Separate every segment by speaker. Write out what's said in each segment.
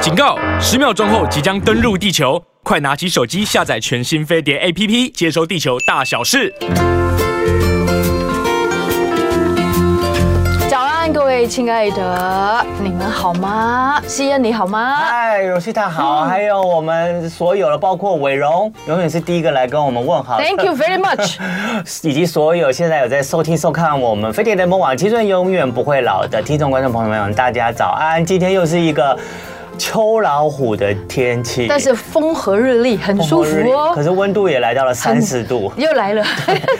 Speaker 1: 警告！十秒钟后即将登陆地球，快拿起手机下载全新飞碟 APP，接收地球大小事。
Speaker 2: 早安，各位亲爱的，你们好吗？西恩，你好吗？
Speaker 3: 嗨，柔西塔
Speaker 2: 嗯
Speaker 3: 好，还有我们所有的，包括伟荣，永远是第一个来跟我们问好的
Speaker 2: Thank you very much。
Speaker 3: 以及所有现在有在收听收看我们飞碟联盟网《青春永远不会老》的听众观众朋友们，大家早安！今天又是一个秋老虎的天气，
Speaker 2: 但是风和日丽，很舒
Speaker 3: 风和日丽
Speaker 2: 服
Speaker 3: 可
Speaker 2: 哦。
Speaker 3: 是温度也来到了三十度。
Speaker 2: 又来 了，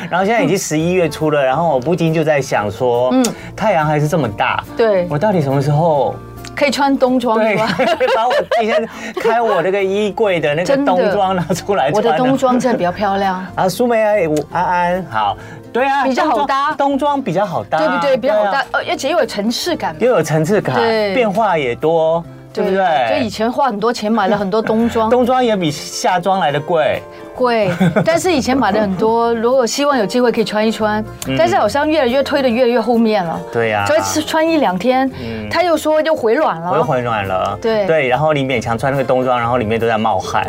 Speaker 3: 然后现在已经十一月初了，然后我不禁就在想说，嗯，太阳还是这么大，
Speaker 2: 对
Speaker 3: 我到底什么时候
Speaker 2: 可以穿冬装
Speaker 3: 对
Speaker 2: 是吧？，
Speaker 3: 把我今天开我那个衣柜的那个
Speaker 2: 真的
Speaker 3: 冬装拿出来穿
Speaker 2: 我的
Speaker 3: 了
Speaker 2: 冬装真的比较漂 亮，
Speaker 3: 啊，苏梅哎，我安安好，对啊，
Speaker 2: 比较好搭
Speaker 3: 冬装冬装比较好搭，
Speaker 2: 对不对？比较好搭
Speaker 3: 啊，，
Speaker 2: 呃而且又有层次感。
Speaker 3: 又有层次感，
Speaker 2: 对
Speaker 3: 变化也多，对不
Speaker 2: 就以
Speaker 3: 对？
Speaker 2: 前花很多钱买了很多冬 装，
Speaker 3: 冬装也比夏装来的贵，
Speaker 2: 贵，但是以前买的很多， 如果希望有机会可以穿一穿，但是好像越来越推的越来越后面了。
Speaker 3: 嗯对呀
Speaker 2: 所以是穿一两天，他又说又回暖
Speaker 3: 我又
Speaker 2: 了。
Speaker 3: 回暖了，
Speaker 2: 啊对
Speaker 3: 对，然后你勉强穿那个冬装，然后里面都在 冒汗，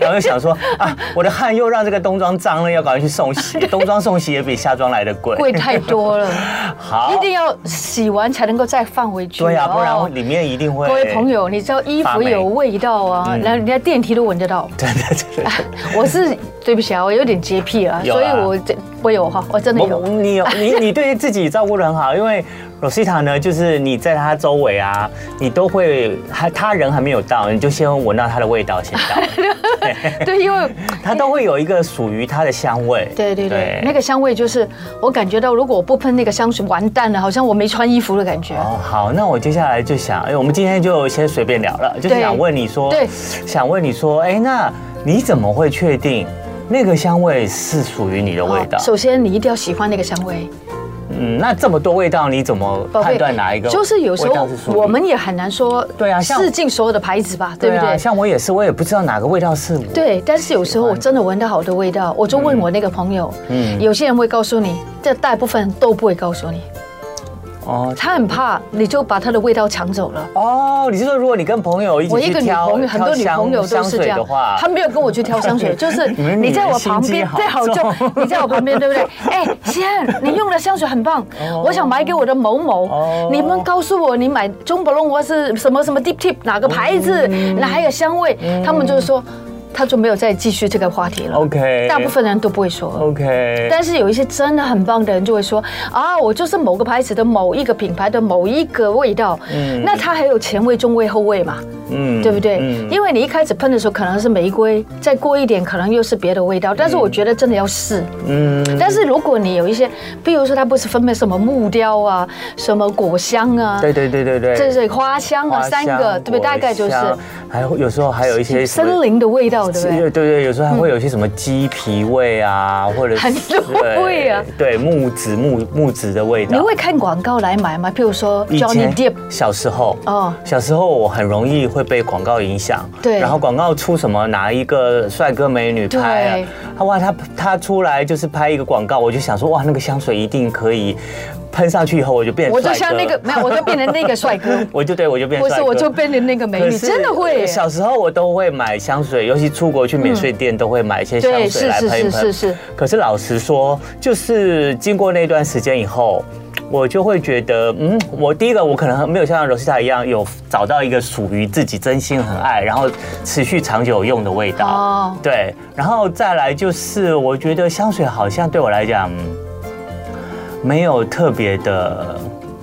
Speaker 3: 然后又想说啊，我的汗又让这个冬装脏了，要赶快去送洗， 冬装送洗也比夏装来的 贵，
Speaker 2: 贵太多了，
Speaker 3: 好，
Speaker 2: 一定要洗完才能够再放回去。
Speaker 3: 对呀、
Speaker 2: 哦
Speaker 3: 不然里面一定会。嗯
Speaker 2: 各位朋，友，你知道衣
Speaker 3: 发
Speaker 2: 服
Speaker 3: 霉
Speaker 2: 有味道啊，然后人家电梯都闻得 到。
Speaker 3: 对对
Speaker 2: 啊
Speaker 3: 对，
Speaker 2: 我是对不起啊，我有点洁癖啊，
Speaker 3: 有啊
Speaker 2: 所以我这我有哈，我真的
Speaker 3: 我
Speaker 2: 有。
Speaker 3: 你 有你你对自己照顾的很好，因为 Rosita 呢，就是你在她周围啊，你都会还他人还没有到，你就先闻到她的味道先 到，
Speaker 2: 对，因为
Speaker 3: 她都会有一个属于她的香味。
Speaker 2: 对对对，那个香味就是我感觉到，如果我不喷那个香水，完蛋了，好像我没穿衣服的感觉。
Speaker 3: 哦，好，那我接下来就想，哎，我们今天就先随便聊了，就是
Speaker 2: 对
Speaker 3: 想问你说，
Speaker 2: 对
Speaker 3: 想问你说，哎，那你怎么会确定那个香味是属于你的味道
Speaker 2: 哦？首先，你一定要喜欢那个香味，
Speaker 3: 嗯，那这么多味道，你怎么
Speaker 2: 宝贝
Speaker 3: 判断哪一个？
Speaker 2: 就是有时候我们也很难说，
Speaker 3: 对啊像
Speaker 2: 试尽所有的牌子吧，对
Speaker 3: 对
Speaker 2: 不
Speaker 3: 啊，
Speaker 2: 对？
Speaker 3: 像我也是，我也不知道哪个味道是我。
Speaker 2: 对，但是有时候我真的闻到好的味道，我就问我那个朋友，
Speaker 3: 嗯
Speaker 2: 有些人会告诉你，这大部分都不会告诉你，
Speaker 3: 哦
Speaker 2: 他很怕你就把他的味道抢走了。
Speaker 3: 哦，你是说如果你跟朋友一
Speaker 2: 我
Speaker 3: 起
Speaker 2: 一
Speaker 3: 去
Speaker 2: 个女
Speaker 3: 挑
Speaker 2: 朋友，很多女朋友都
Speaker 3: 香
Speaker 2: 是
Speaker 3: 水
Speaker 2: 这样
Speaker 3: 的话，，
Speaker 2: 她没有跟我去挑香 水，就是
Speaker 3: 你们女人
Speaker 2: 你在我旁
Speaker 3: 心机
Speaker 2: 边，
Speaker 3: 好
Speaker 2: 对，好重，
Speaker 3: 重
Speaker 2: 你在我旁边，对 不对？哎，西安，你用的香水很棒，我想买给我的某
Speaker 3: 哦
Speaker 2: 某，你们告诉我你买中宝龙或是什么什么 Deep Tip 哪个牌子，
Speaker 3: 嗯
Speaker 2: 哪一个香味，他们就是说，他就没有再继续这个话题了。
Speaker 3: OK
Speaker 2: 大部分人都不会说。
Speaker 3: OK，
Speaker 2: 但是有一些真的很棒的人就会说啊，我就是某个牌子的某一个品牌的某一个味道，
Speaker 3: 嗯
Speaker 2: 那它还有前味、中味、后味嘛，
Speaker 3: 嗯
Speaker 2: 对不对？
Speaker 3: 嗯
Speaker 2: 因为你一开始喷的时候可能是玫瑰，再过一点可能又是别的味道，但是我觉得真的要试。
Speaker 3: 嗯，
Speaker 2: 但是如果你有一些，比如说它不是分配什么木雕啊、什么果香啊，
Speaker 3: 对对对对对，
Speaker 2: 这是花香啊，
Speaker 3: 花
Speaker 2: 三
Speaker 3: 香
Speaker 2: 个对不对？
Speaker 3: 果
Speaker 2: 大概就是
Speaker 3: 香还有有时候还有一些什么
Speaker 2: 森。林的味道，对不对？
Speaker 3: 对对对，有时候还会有一些什么鸡皮味啊，或者是
Speaker 2: 很多味啊
Speaker 3: 对，对木质木木质的味道。
Speaker 2: 你会看广告来买吗？譬如说
Speaker 3: 以
Speaker 2: Johnny
Speaker 3: 前
Speaker 2: Depp，
Speaker 3: 小时候，
Speaker 2: 哦
Speaker 3: 小时候我很容易会被广告影响，
Speaker 2: 对
Speaker 3: 然后广告出什么哪一个帅哥美女拍啊
Speaker 2: 对，
Speaker 3: 他哇他他出来就是拍一个广告，我就想说哇那个香水一定可以喷上去以后我就变
Speaker 2: 我
Speaker 3: 帅
Speaker 2: 就
Speaker 3: 哥，
Speaker 2: 像那个没有，我就变成那个帅哥。
Speaker 3: 我就对我就 变
Speaker 2: 不
Speaker 3: 帅
Speaker 2: 是，
Speaker 3: 哥，
Speaker 2: 我就变成那个美
Speaker 3: 可
Speaker 2: 女，
Speaker 3: 是
Speaker 2: 真的会耶。
Speaker 3: 小时候我都会买香水，尤其出国去免税店都会买一些香
Speaker 2: 对，
Speaker 3: 水
Speaker 2: 嗯是
Speaker 3: 来
Speaker 2: 是
Speaker 3: 喷一
Speaker 2: 是
Speaker 3: 喷。
Speaker 2: 是是，
Speaker 3: 可是老实说，就是经过那段时间以后，我就会觉得，嗯，我第一个我可能没有像 Rosita 一样有找到一个属于自己真心很爱，然后持续长久用的味道。
Speaker 2: 哦
Speaker 3: 对，然后再来就是，我觉得香水好像对我来讲，嗯没有特别的。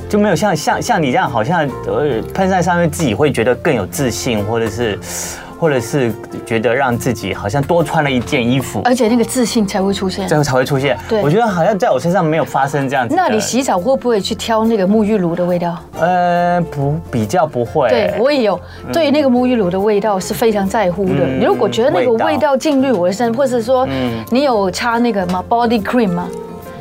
Speaker 3: 就没有像像像你这样，好像呃喷在上面自己会觉得更有自信，或者是， 或者是觉得让自己好像多穿了一件衣服。
Speaker 2: 而且那个自信才会出现
Speaker 3: 呃最。后才会出现。
Speaker 2: 对
Speaker 3: 我觉得好像在我身上没有发生这样子的。
Speaker 2: 那你洗澡会不会去挑那个沐浴乳的味道？
Speaker 3: 呃不比较不会。
Speaker 2: 对我也有，对于那个沐浴乳的味道是非常在乎的。
Speaker 3: 嗯
Speaker 2: 你如果觉得那个
Speaker 3: 味道
Speaker 2: 味道进入我的身，或者说
Speaker 3: 嗯
Speaker 2: 你有擦那个吗？Body cream 吗？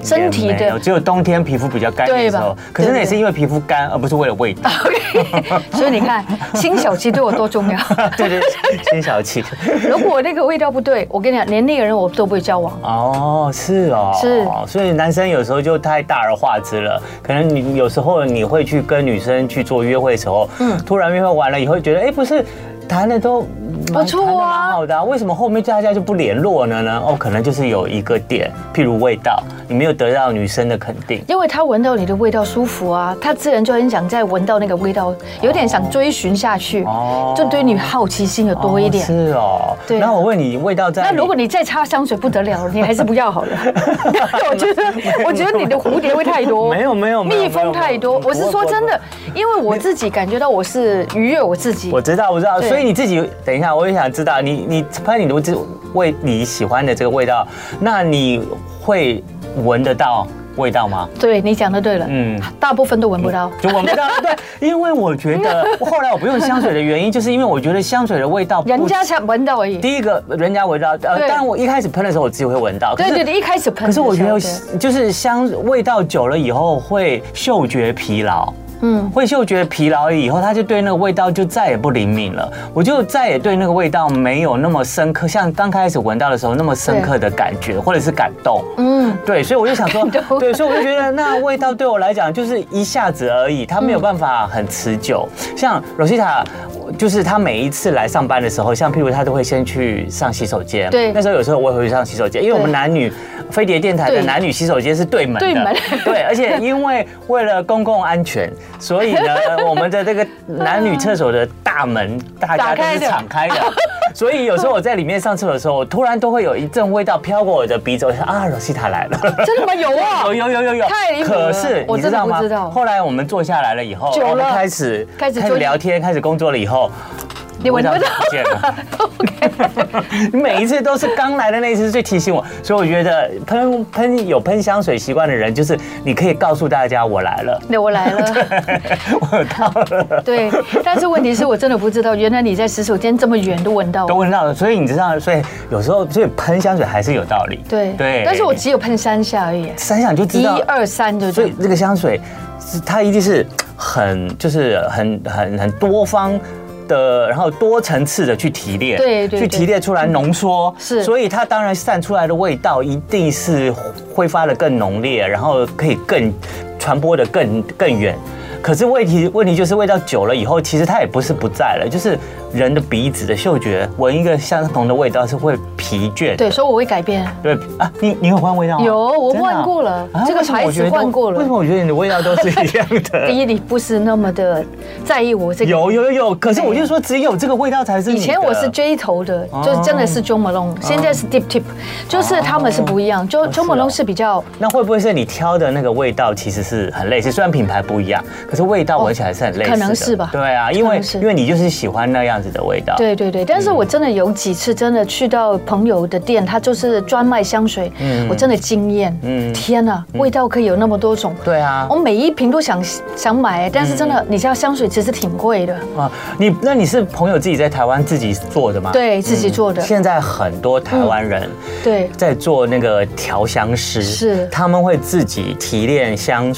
Speaker 2: 身体
Speaker 3: 也没有
Speaker 2: 的，
Speaker 3: 只有冬天皮肤比较干
Speaker 2: 对
Speaker 3: 的时
Speaker 2: 吧
Speaker 3: 候，可是那
Speaker 2: 对
Speaker 3: 也
Speaker 2: 对
Speaker 3: 是因为皮肤干，而不是为了 味道。
Speaker 2: 所以你看，新小七对我多 重要。
Speaker 3: 对对， 对先小气。
Speaker 2: 如果那个味道不对，我跟你讲，连那个人我都不会交往。
Speaker 3: 哦，是哦，
Speaker 2: 是
Speaker 3: 所以男生有时候就太大而化之了。可能你有时候你会去跟女生去做约会的时候，嗯，突然约会完了以后觉得，哎，不是谈的都
Speaker 2: 不
Speaker 3: 蛮
Speaker 2: 错啊
Speaker 3: 谈得蛮好的、啊，为什么后面大家就不联络了呢？哦，可能就是有一个点，譬如味道，你没有得到女生的肯定。
Speaker 2: 因为他闻到你的味道舒服啊，他自然就很想再闻到那个味道，有点想追寻下去
Speaker 3: 哦，
Speaker 2: 就对你好奇心有多一点
Speaker 3: 哦。是哦，
Speaker 2: 对啊
Speaker 3: 那我问你，味道在
Speaker 2: 那如果你再擦香水不得了，你还是不要好了。 我觉得，我觉得你的蝴蝶味太多，
Speaker 3: 没有没有没有
Speaker 2: 蜜蜂太多。
Speaker 3: 没有没
Speaker 2: 我
Speaker 3: 有
Speaker 2: 是说真的，因为我自己感觉到我是愉悦我自己
Speaker 3: 我。知道，我知道，
Speaker 2: 对
Speaker 3: 所以你自己等一下，我也想知道，你你喷你的这味你喜欢的这个味道，那你会闻得到味道吗？
Speaker 2: 对你讲的对了，
Speaker 3: 嗯
Speaker 2: 嗯，大部分都闻不到。
Speaker 3: 就 闻不到，对，因为我觉得后来我不用香水的原因，就是因为我觉得香水的味道不，
Speaker 2: 人家才闻到而已。
Speaker 3: 第一个人家闻到，呃，
Speaker 2: 对
Speaker 3: 当然我一开始喷的时候我自己会闻到，可
Speaker 2: 对
Speaker 3: 是
Speaker 2: 对对，一开始喷
Speaker 3: 可
Speaker 2: 的
Speaker 3: 是
Speaker 2: 时候。
Speaker 3: 我觉
Speaker 2: 对
Speaker 3: 得就是香味道久了以后会嗅觉疲劳，
Speaker 2: 嗯，
Speaker 3: 会嗅觉疲劳以后，他就对那个味道就再也不灵敏了，我就再也对那个味道没有那么深刻，像刚开始闻到的时候那么深刻的感觉或者是感动。
Speaker 2: 嗯，
Speaker 3: 对，所以我就想说
Speaker 2: 感，动
Speaker 3: 对，所以我就觉得那味道对我来讲就是一下子而已，它没有办法很持 久。像 Rosita，就是她每一次来上班的时候，像譬如她都会先去上洗手间，
Speaker 2: 对
Speaker 3: 那时候有时候我也会去上洗手间，因为我们
Speaker 2: 对
Speaker 3: 男女飞碟电台的
Speaker 2: 对
Speaker 3: 男女洗手间是对门的，
Speaker 2: 对门
Speaker 3: 对，而且因为为了公共安全，所以 呢，我们的这个男女厕所的大门大家
Speaker 2: 打
Speaker 3: 都
Speaker 2: 开
Speaker 3: 是
Speaker 2: 的
Speaker 3: 敞开的。 所以有时候我在里面上厕所的时候，我突然都会有一阵味道飘过我的鼻子，我想啊，罗西塔来了。
Speaker 2: 真的吗？有啊，
Speaker 3: 有有有有有，
Speaker 2: 太离谱了
Speaker 3: 可是
Speaker 2: 我
Speaker 3: 你知
Speaker 2: 真的
Speaker 3: 道吗
Speaker 2: 不知？道
Speaker 3: 后来我们坐下来了以后，
Speaker 2: 久了
Speaker 3: 我们开始
Speaker 2: 开始做
Speaker 3: 聊天，开始工作了以后，
Speaker 2: 你闻
Speaker 3: 味
Speaker 2: 不
Speaker 3: 道
Speaker 2: 到
Speaker 3: 就。不见了。 你每一次都是刚来的那一次最提醒我，所以我觉得喷喷有喷香水习惯的人，就是你可以告诉大家我来了，
Speaker 2: 对，我来了。
Speaker 3: 我到了。
Speaker 2: 对，但是问题是我真的不知道，原来你在洗手间这么远都闻到
Speaker 3: 都。闻到了，所以你知道，所以有时候所以喷香水还是有道理。
Speaker 2: 对
Speaker 3: 对，
Speaker 2: 但是我只有喷三下而已，
Speaker 3: 三想就知
Speaker 2: 一
Speaker 3: 道，
Speaker 2: 二三就
Speaker 3: 所
Speaker 2: 这
Speaker 3: 以
Speaker 2: 样。
Speaker 3: 这个香水是它一定是很就是很很很多方。的，然后多层次的去提炼，
Speaker 2: 对对
Speaker 3: 去
Speaker 2: 对
Speaker 3: 提炼出来浓缩，
Speaker 2: 是
Speaker 3: 所以它当然散出来的味道一定是挥发的更浓烈，然后可以更传播的更更远。可是问题问题就是味道久了以后，其实它也不是不在了，就是人的鼻子的嗅觉闻一个相同的味道是会疲倦的，
Speaker 2: 对，所以我会改变。
Speaker 3: 对啊，你你有换味道吗？
Speaker 2: 有我
Speaker 3: 真的啊
Speaker 2: 换过了
Speaker 3: 啊
Speaker 2: 这个
Speaker 3: 为什么
Speaker 2: 牌
Speaker 3: 我
Speaker 2: 子
Speaker 3: 觉得
Speaker 2: 换过了
Speaker 3: 为什么我觉得你的味道都是一样
Speaker 2: 第
Speaker 3: 的？
Speaker 2: 一，你不是那么的在意我这个。
Speaker 3: 有有有有，可是我就说只有这个味道才是你
Speaker 2: 以
Speaker 3: 的。哦
Speaker 2: 前我是 J 头的，就真的是 Jo Malone，现在是 Deep Tip，就是他们是不一样。Jo
Speaker 3: 是
Speaker 2: Jo
Speaker 3: 哦
Speaker 2: Malone 是比较
Speaker 3: 那会不会是你挑的那个味道其实是很类似？虽然品牌不一样，可是味道闻起来是很类似
Speaker 2: 可
Speaker 3: 的。
Speaker 2: 能是吧
Speaker 3: 对啊，因
Speaker 2: 可
Speaker 3: 为
Speaker 2: 能是
Speaker 3: 因为你就是喜欢那样子的味道。
Speaker 2: 对对对，但
Speaker 3: 嗯
Speaker 2: 是我真的有几次真的去到朋友的店，他就是专卖香水，我真的惊艳，
Speaker 3: 嗯
Speaker 2: 天哪，味道可以有那么多种。
Speaker 3: 对啊嗯
Speaker 2: 我，每一瓶都想想买，但是真的，你知道香水其实挺贵的，
Speaker 3: 啊，你那你是朋友自己在台湾自己做的吗？嗯
Speaker 2: 对自己做的，嗯
Speaker 3: 现在很多台湾人
Speaker 2: 对
Speaker 3: 在做那个调香师，
Speaker 2: 是
Speaker 3: 他们会自己提炼香，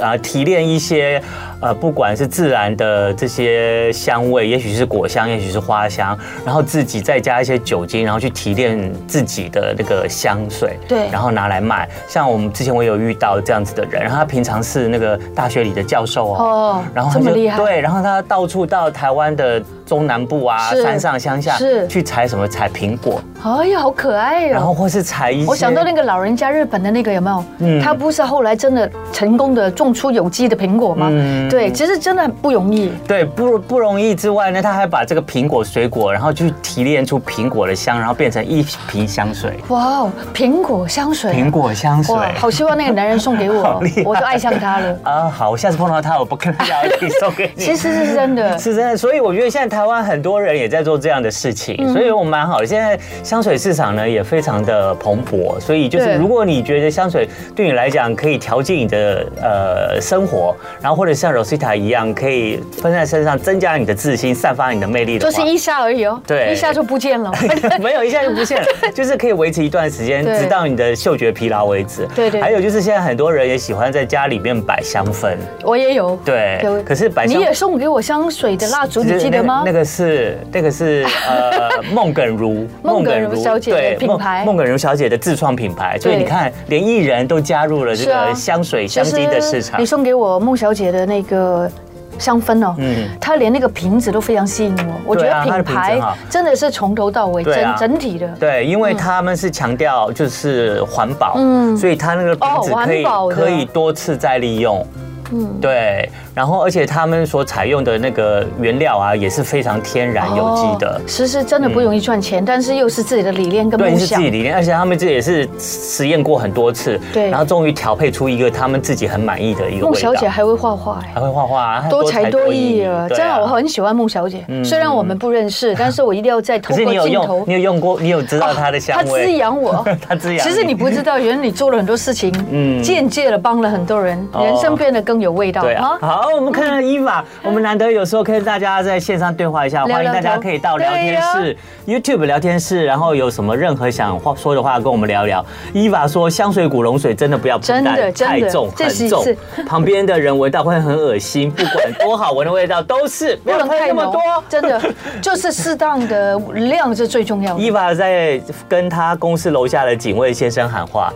Speaker 3: 啊、提炼一些，呃，不管是自然的这些香味，也许是果香，也许是花香，然后自己再加一些酒精，然后去提炼自己的那个香水，
Speaker 2: 对
Speaker 3: 然后拿来卖。像我们之前我有遇到这样子的人，然后他平常是那个大学里的教授哦，
Speaker 2: 哦
Speaker 3: 然后他
Speaker 2: 这
Speaker 3: 就
Speaker 2: 么厉害
Speaker 3: 对，然后他到处到台湾的中南部啊，
Speaker 2: 是
Speaker 3: 山上乡下
Speaker 2: 是
Speaker 3: 去采什么采苹果，
Speaker 2: 哎呀，好可爱
Speaker 3: 然
Speaker 2: 哦。
Speaker 3: 后或是采一些，
Speaker 2: 我想到那个老人家日本的那个有没有？
Speaker 3: 嗯
Speaker 2: 他不是后来真的成功的种出有机的苹果吗？
Speaker 3: 嗯
Speaker 2: 对，其实真的不容易。
Speaker 3: 对，不不容易之外呢，他还把这个苹果水果，然后去提炼出苹果的香，然后变成一瓶香水，
Speaker 2: 哇哦，苹果香水啊，
Speaker 3: 苹果香水。
Speaker 2: 哇，好希望那个男人送给
Speaker 3: 好
Speaker 2: 我
Speaker 3: 厉害，
Speaker 2: 我就爱上他了。
Speaker 3: 啊，好，我下次碰到他，我不跟他聊， 一起送给你。
Speaker 2: 其实是真的，
Speaker 3: 是真的，所以我觉得现在台湾很多人也在做这样的事情，所
Speaker 2: 嗯
Speaker 3: 以我蛮好的。现在香水市场呢也非常的蓬勃，所以就是
Speaker 2: 对
Speaker 3: 如果你觉得香水对你来讲可以调剂你的呃生活，然后或者像 Rosita 一样可以喷在身上，增加你的自信，散发你的魅力的
Speaker 2: 就
Speaker 3: 话，
Speaker 2: 是一下而已哦，
Speaker 3: 对
Speaker 2: 一下就不 见了。哎
Speaker 3: 没有一下就 不见了，就是可以维持一段时间，
Speaker 2: 对
Speaker 3: 直到你的嗅觉疲劳为止。
Speaker 2: 对对
Speaker 3: 还有就是现在很多人也喜欢在家里面摆香氛，
Speaker 2: 我也有，
Speaker 3: 对
Speaker 2: 有
Speaker 3: 可是白香
Speaker 2: 你也送给我香水的蜡烛，你记得吗
Speaker 3: 那个那？个是那 个是呃孟耿如，
Speaker 2: 孟耿如小姐的品牌
Speaker 3: 孟孟耿如小姐的自创品牌，所以
Speaker 2: 对
Speaker 3: 你看，连艺人都加入了这
Speaker 2: 是
Speaker 3: 个
Speaker 2: 啊
Speaker 3: 香水
Speaker 2: 其
Speaker 3: 香
Speaker 2: 实
Speaker 3: 精的市场
Speaker 2: 你。送给我孟小姐的那个香氛哦，
Speaker 3: 嗯
Speaker 2: 它连那个瓶子都非常吸引我。我觉
Speaker 3: 对
Speaker 2: 得
Speaker 3: 啊它的
Speaker 2: 品
Speaker 3: 瓶子
Speaker 2: 牌
Speaker 3: 哈
Speaker 2: 真的是从头到尾
Speaker 3: 对啊
Speaker 2: 整整体的，
Speaker 3: 对，因为他们是强调就是环保，
Speaker 2: 嗯
Speaker 3: 所以它那个瓶子
Speaker 2: 哦
Speaker 3: 可
Speaker 2: 环
Speaker 3: 以、
Speaker 2: 保的
Speaker 3: 可以多次再利用，
Speaker 2: 嗯，
Speaker 3: 对。然后而且他们所采用的那个原料啊，也是非常天然有机的嗯
Speaker 2: 哦。其实真的不容易赚钱，但是又是自己的理念跟
Speaker 3: 对，
Speaker 2: 梦
Speaker 3: 是自
Speaker 2: 想
Speaker 3: 己。理念，而且他们这也是实验过很多次，
Speaker 2: 对
Speaker 3: 然后终于调配出一个他们自己很满意的一个
Speaker 2: 孟
Speaker 3: 味道
Speaker 2: 小。姐还会画画哎
Speaker 3: 还。会画画、啊，
Speaker 2: 多才多艺啊！
Speaker 3: 对嗯
Speaker 2: 真的，我很喜欢孟小姐。虽然我们不认 识，但是我一定要再
Speaker 3: 可
Speaker 2: 透
Speaker 3: 是
Speaker 2: 过
Speaker 3: 你有
Speaker 2: 镜
Speaker 3: 用
Speaker 2: 头，
Speaker 3: 你。有用过，你有知道它的香
Speaker 2: 她滋
Speaker 3: 味，。
Speaker 2: 养我
Speaker 3: 它滋养。
Speaker 2: 其实你不知道，原来你做了很多事情，
Speaker 3: 嗯
Speaker 2: 间接的帮了很多人，
Speaker 3: 哦
Speaker 2: 人生变得更有味道
Speaker 3: 对啊，。好，我们看
Speaker 2: 嗯
Speaker 3: 看伊娃，我们难得有时候跟大家在线上对话一下，
Speaker 2: 聊
Speaker 3: 欢迎
Speaker 2: 聊
Speaker 3: 大家
Speaker 2: 天
Speaker 3: 可以到聊天
Speaker 2: 对
Speaker 3: 室、YouTube 聊天室，然后有什么任何想话说的话跟我们聊聊。伊娃说香水古龙水真的不要喷
Speaker 2: 真的
Speaker 3: 太
Speaker 2: 真
Speaker 3: 太
Speaker 2: 的
Speaker 3: 重，
Speaker 2: 这
Speaker 3: 很
Speaker 2: 是一
Speaker 3: 重
Speaker 2: 次，
Speaker 3: 旁边的人闻到会很恶心，不管多好闻的味道都是不
Speaker 2: 不
Speaker 3: 要
Speaker 2: 能
Speaker 3: 喷
Speaker 2: 太
Speaker 3: 那么
Speaker 2: 浓
Speaker 3: 多。，
Speaker 2: 真的 就是适当的量是最重要
Speaker 3: 伊
Speaker 2: 的。
Speaker 3: 娃在跟他公司楼下的警卫先生喊 话，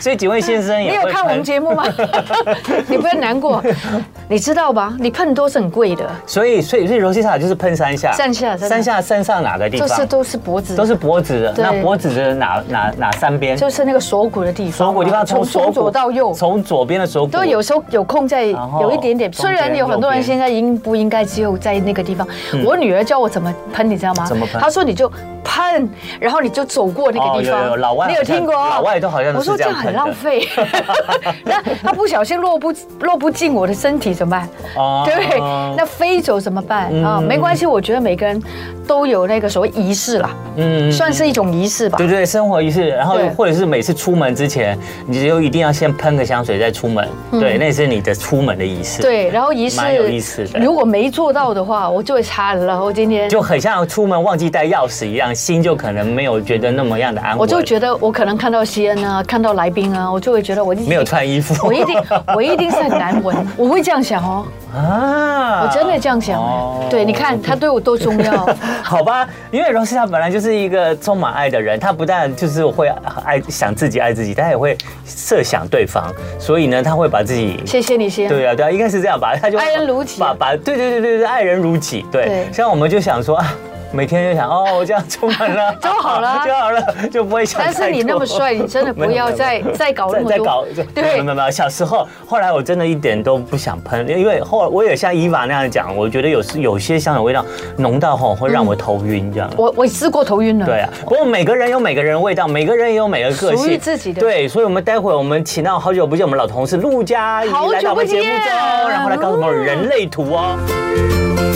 Speaker 3: 所以警卫先生也
Speaker 2: 你有
Speaker 3: 会
Speaker 2: 看我 们
Speaker 3: 喷。
Speaker 2: 节目吗？ 你不要难 过，你知道吧？你喷多是很贵的，
Speaker 3: 所以，所以，所以柔西塔就是喷三下，
Speaker 2: 三下真的
Speaker 3: 三下，三上哪个地
Speaker 2: 这
Speaker 3: 方？
Speaker 2: 是都是脖子，
Speaker 3: 都是脖子的，
Speaker 2: 对
Speaker 3: 那脖子的哪哪哪三边？
Speaker 2: 就是那个锁骨的地方嘛，
Speaker 3: 锁骨地方，
Speaker 2: 从从
Speaker 3: 锁
Speaker 2: 左
Speaker 3: 骨
Speaker 2: 到右，
Speaker 3: 从左边的锁骨
Speaker 2: 都有时候有空在
Speaker 3: 然后
Speaker 2: 有一点点，
Speaker 3: 中间
Speaker 2: 虽然有很多人
Speaker 3: 右边
Speaker 2: 现在应不应该只有在那个地方。我女儿教我怎么喷，你知道吗？
Speaker 3: 怎么喷
Speaker 2: 她说你就喷，然后你就走过那个地
Speaker 3: 哦有有有
Speaker 2: 方。
Speaker 3: 老外
Speaker 2: 你有听过？
Speaker 3: 好像老外都好像都
Speaker 2: 我
Speaker 3: 是
Speaker 2: 说这样
Speaker 3: 这
Speaker 2: 很
Speaker 3: 样
Speaker 2: 浪费， 那她不小心落不落不进我的身体怎么办？
Speaker 3: 哦
Speaker 2: 对不对？那飞走怎么办
Speaker 3: 嗯
Speaker 2: 啊？没关系，我觉得每个人都有那个所谓仪式啦，
Speaker 3: 嗯
Speaker 2: 算是一种仪式吧
Speaker 3: 对。对，生活仪式，然后
Speaker 2: 对
Speaker 3: 或者是每次出门之前，你就一定要先喷个香水再出门，对，那是你的出门的仪式，，
Speaker 2: 嗯对，然后仪式
Speaker 3: 蛮有意思的
Speaker 2: 如果没做到的话，我就会惨了。我今天
Speaker 3: 就很像出门忘记带钥匙一样，心就可能没有觉得那么样的安稳，
Speaker 2: 我就觉得我可能看到西恩啊，看到来宾啊，我就会觉得我一定
Speaker 3: 没有，穿衣 服，
Speaker 2: 我一定我一定是很难闻，我会这样想哦，
Speaker 3: 啊
Speaker 2: 我真的这样想
Speaker 3: 哦
Speaker 2: 哎。对，你看他对我多重 要，
Speaker 3: 好吧，因为罗西塔本来就是一个充满爱的人，她不但就是会爱想自己爱自己，她也会设想对方，所以呢，她会把自己。
Speaker 2: 谢谢你西恩。
Speaker 3: 对啊，对啊，应该是这样吧，她就
Speaker 2: 爱人如己
Speaker 3: 把把对对对对对，爱人如己，对，
Speaker 2: 对
Speaker 3: 像我们就想说啊，每天就想哦，我这样出门了
Speaker 2: 就好了
Speaker 3: 就好了，就不会想太
Speaker 2: 但
Speaker 3: 多。
Speaker 2: 是你那么帅，你真的不要 再再搞那
Speaker 3: 在
Speaker 2: 么
Speaker 3: 在
Speaker 2: 多，，
Speaker 3: 搞没有没
Speaker 2: 对
Speaker 3: 有没有。小时候，后来我真的一点都不想喷，因为后来我也像伊娃那样讲，我觉得有时有些香水味道浓到吼会让我头晕这样。
Speaker 2: 我我试过头晕了。
Speaker 3: 对啊，不过每个人有每个人的味道，每个人也有每个个性，
Speaker 2: 属于自己的
Speaker 3: 对，所以我们待会我们请到好久不见我们老同事陆佳怡
Speaker 2: 好
Speaker 3: 来到
Speaker 2: 久
Speaker 3: 我
Speaker 2: 不
Speaker 3: 们
Speaker 2: 见
Speaker 3: 节目中，然后来告诉我们人类图哦。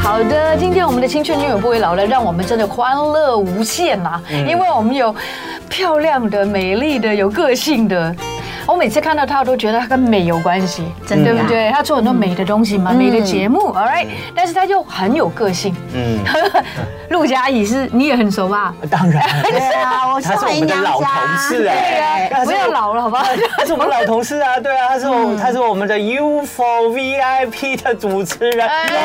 Speaker 2: 好的，今天我们的青春永远不会老了，让我们真的欢乐无限呐、因为我们有漂亮的、美丽的、有个性的。我每次看到她，我都觉得她跟美有关系，真嗯对不对？她做很多美的东西嘛，美的节目，all right，但是她就很有个性。
Speaker 3: 嗯，
Speaker 2: 陆佳怡是你也很熟吧？
Speaker 3: 当然，
Speaker 4: 对啊，我是
Speaker 3: 他是我
Speaker 4: 回
Speaker 3: 们的
Speaker 4: 娘
Speaker 3: 老同
Speaker 4: 家。
Speaker 3: 事哎，
Speaker 2: 不要老了，好吧？
Speaker 3: 他是我们老同事啊，对啊，他是我、
Speaker 2: 嗯
Speaker 3: 他是我们的 UFO VIP 的主持人，
Speaker 2: 哎
Speaker 3: 哎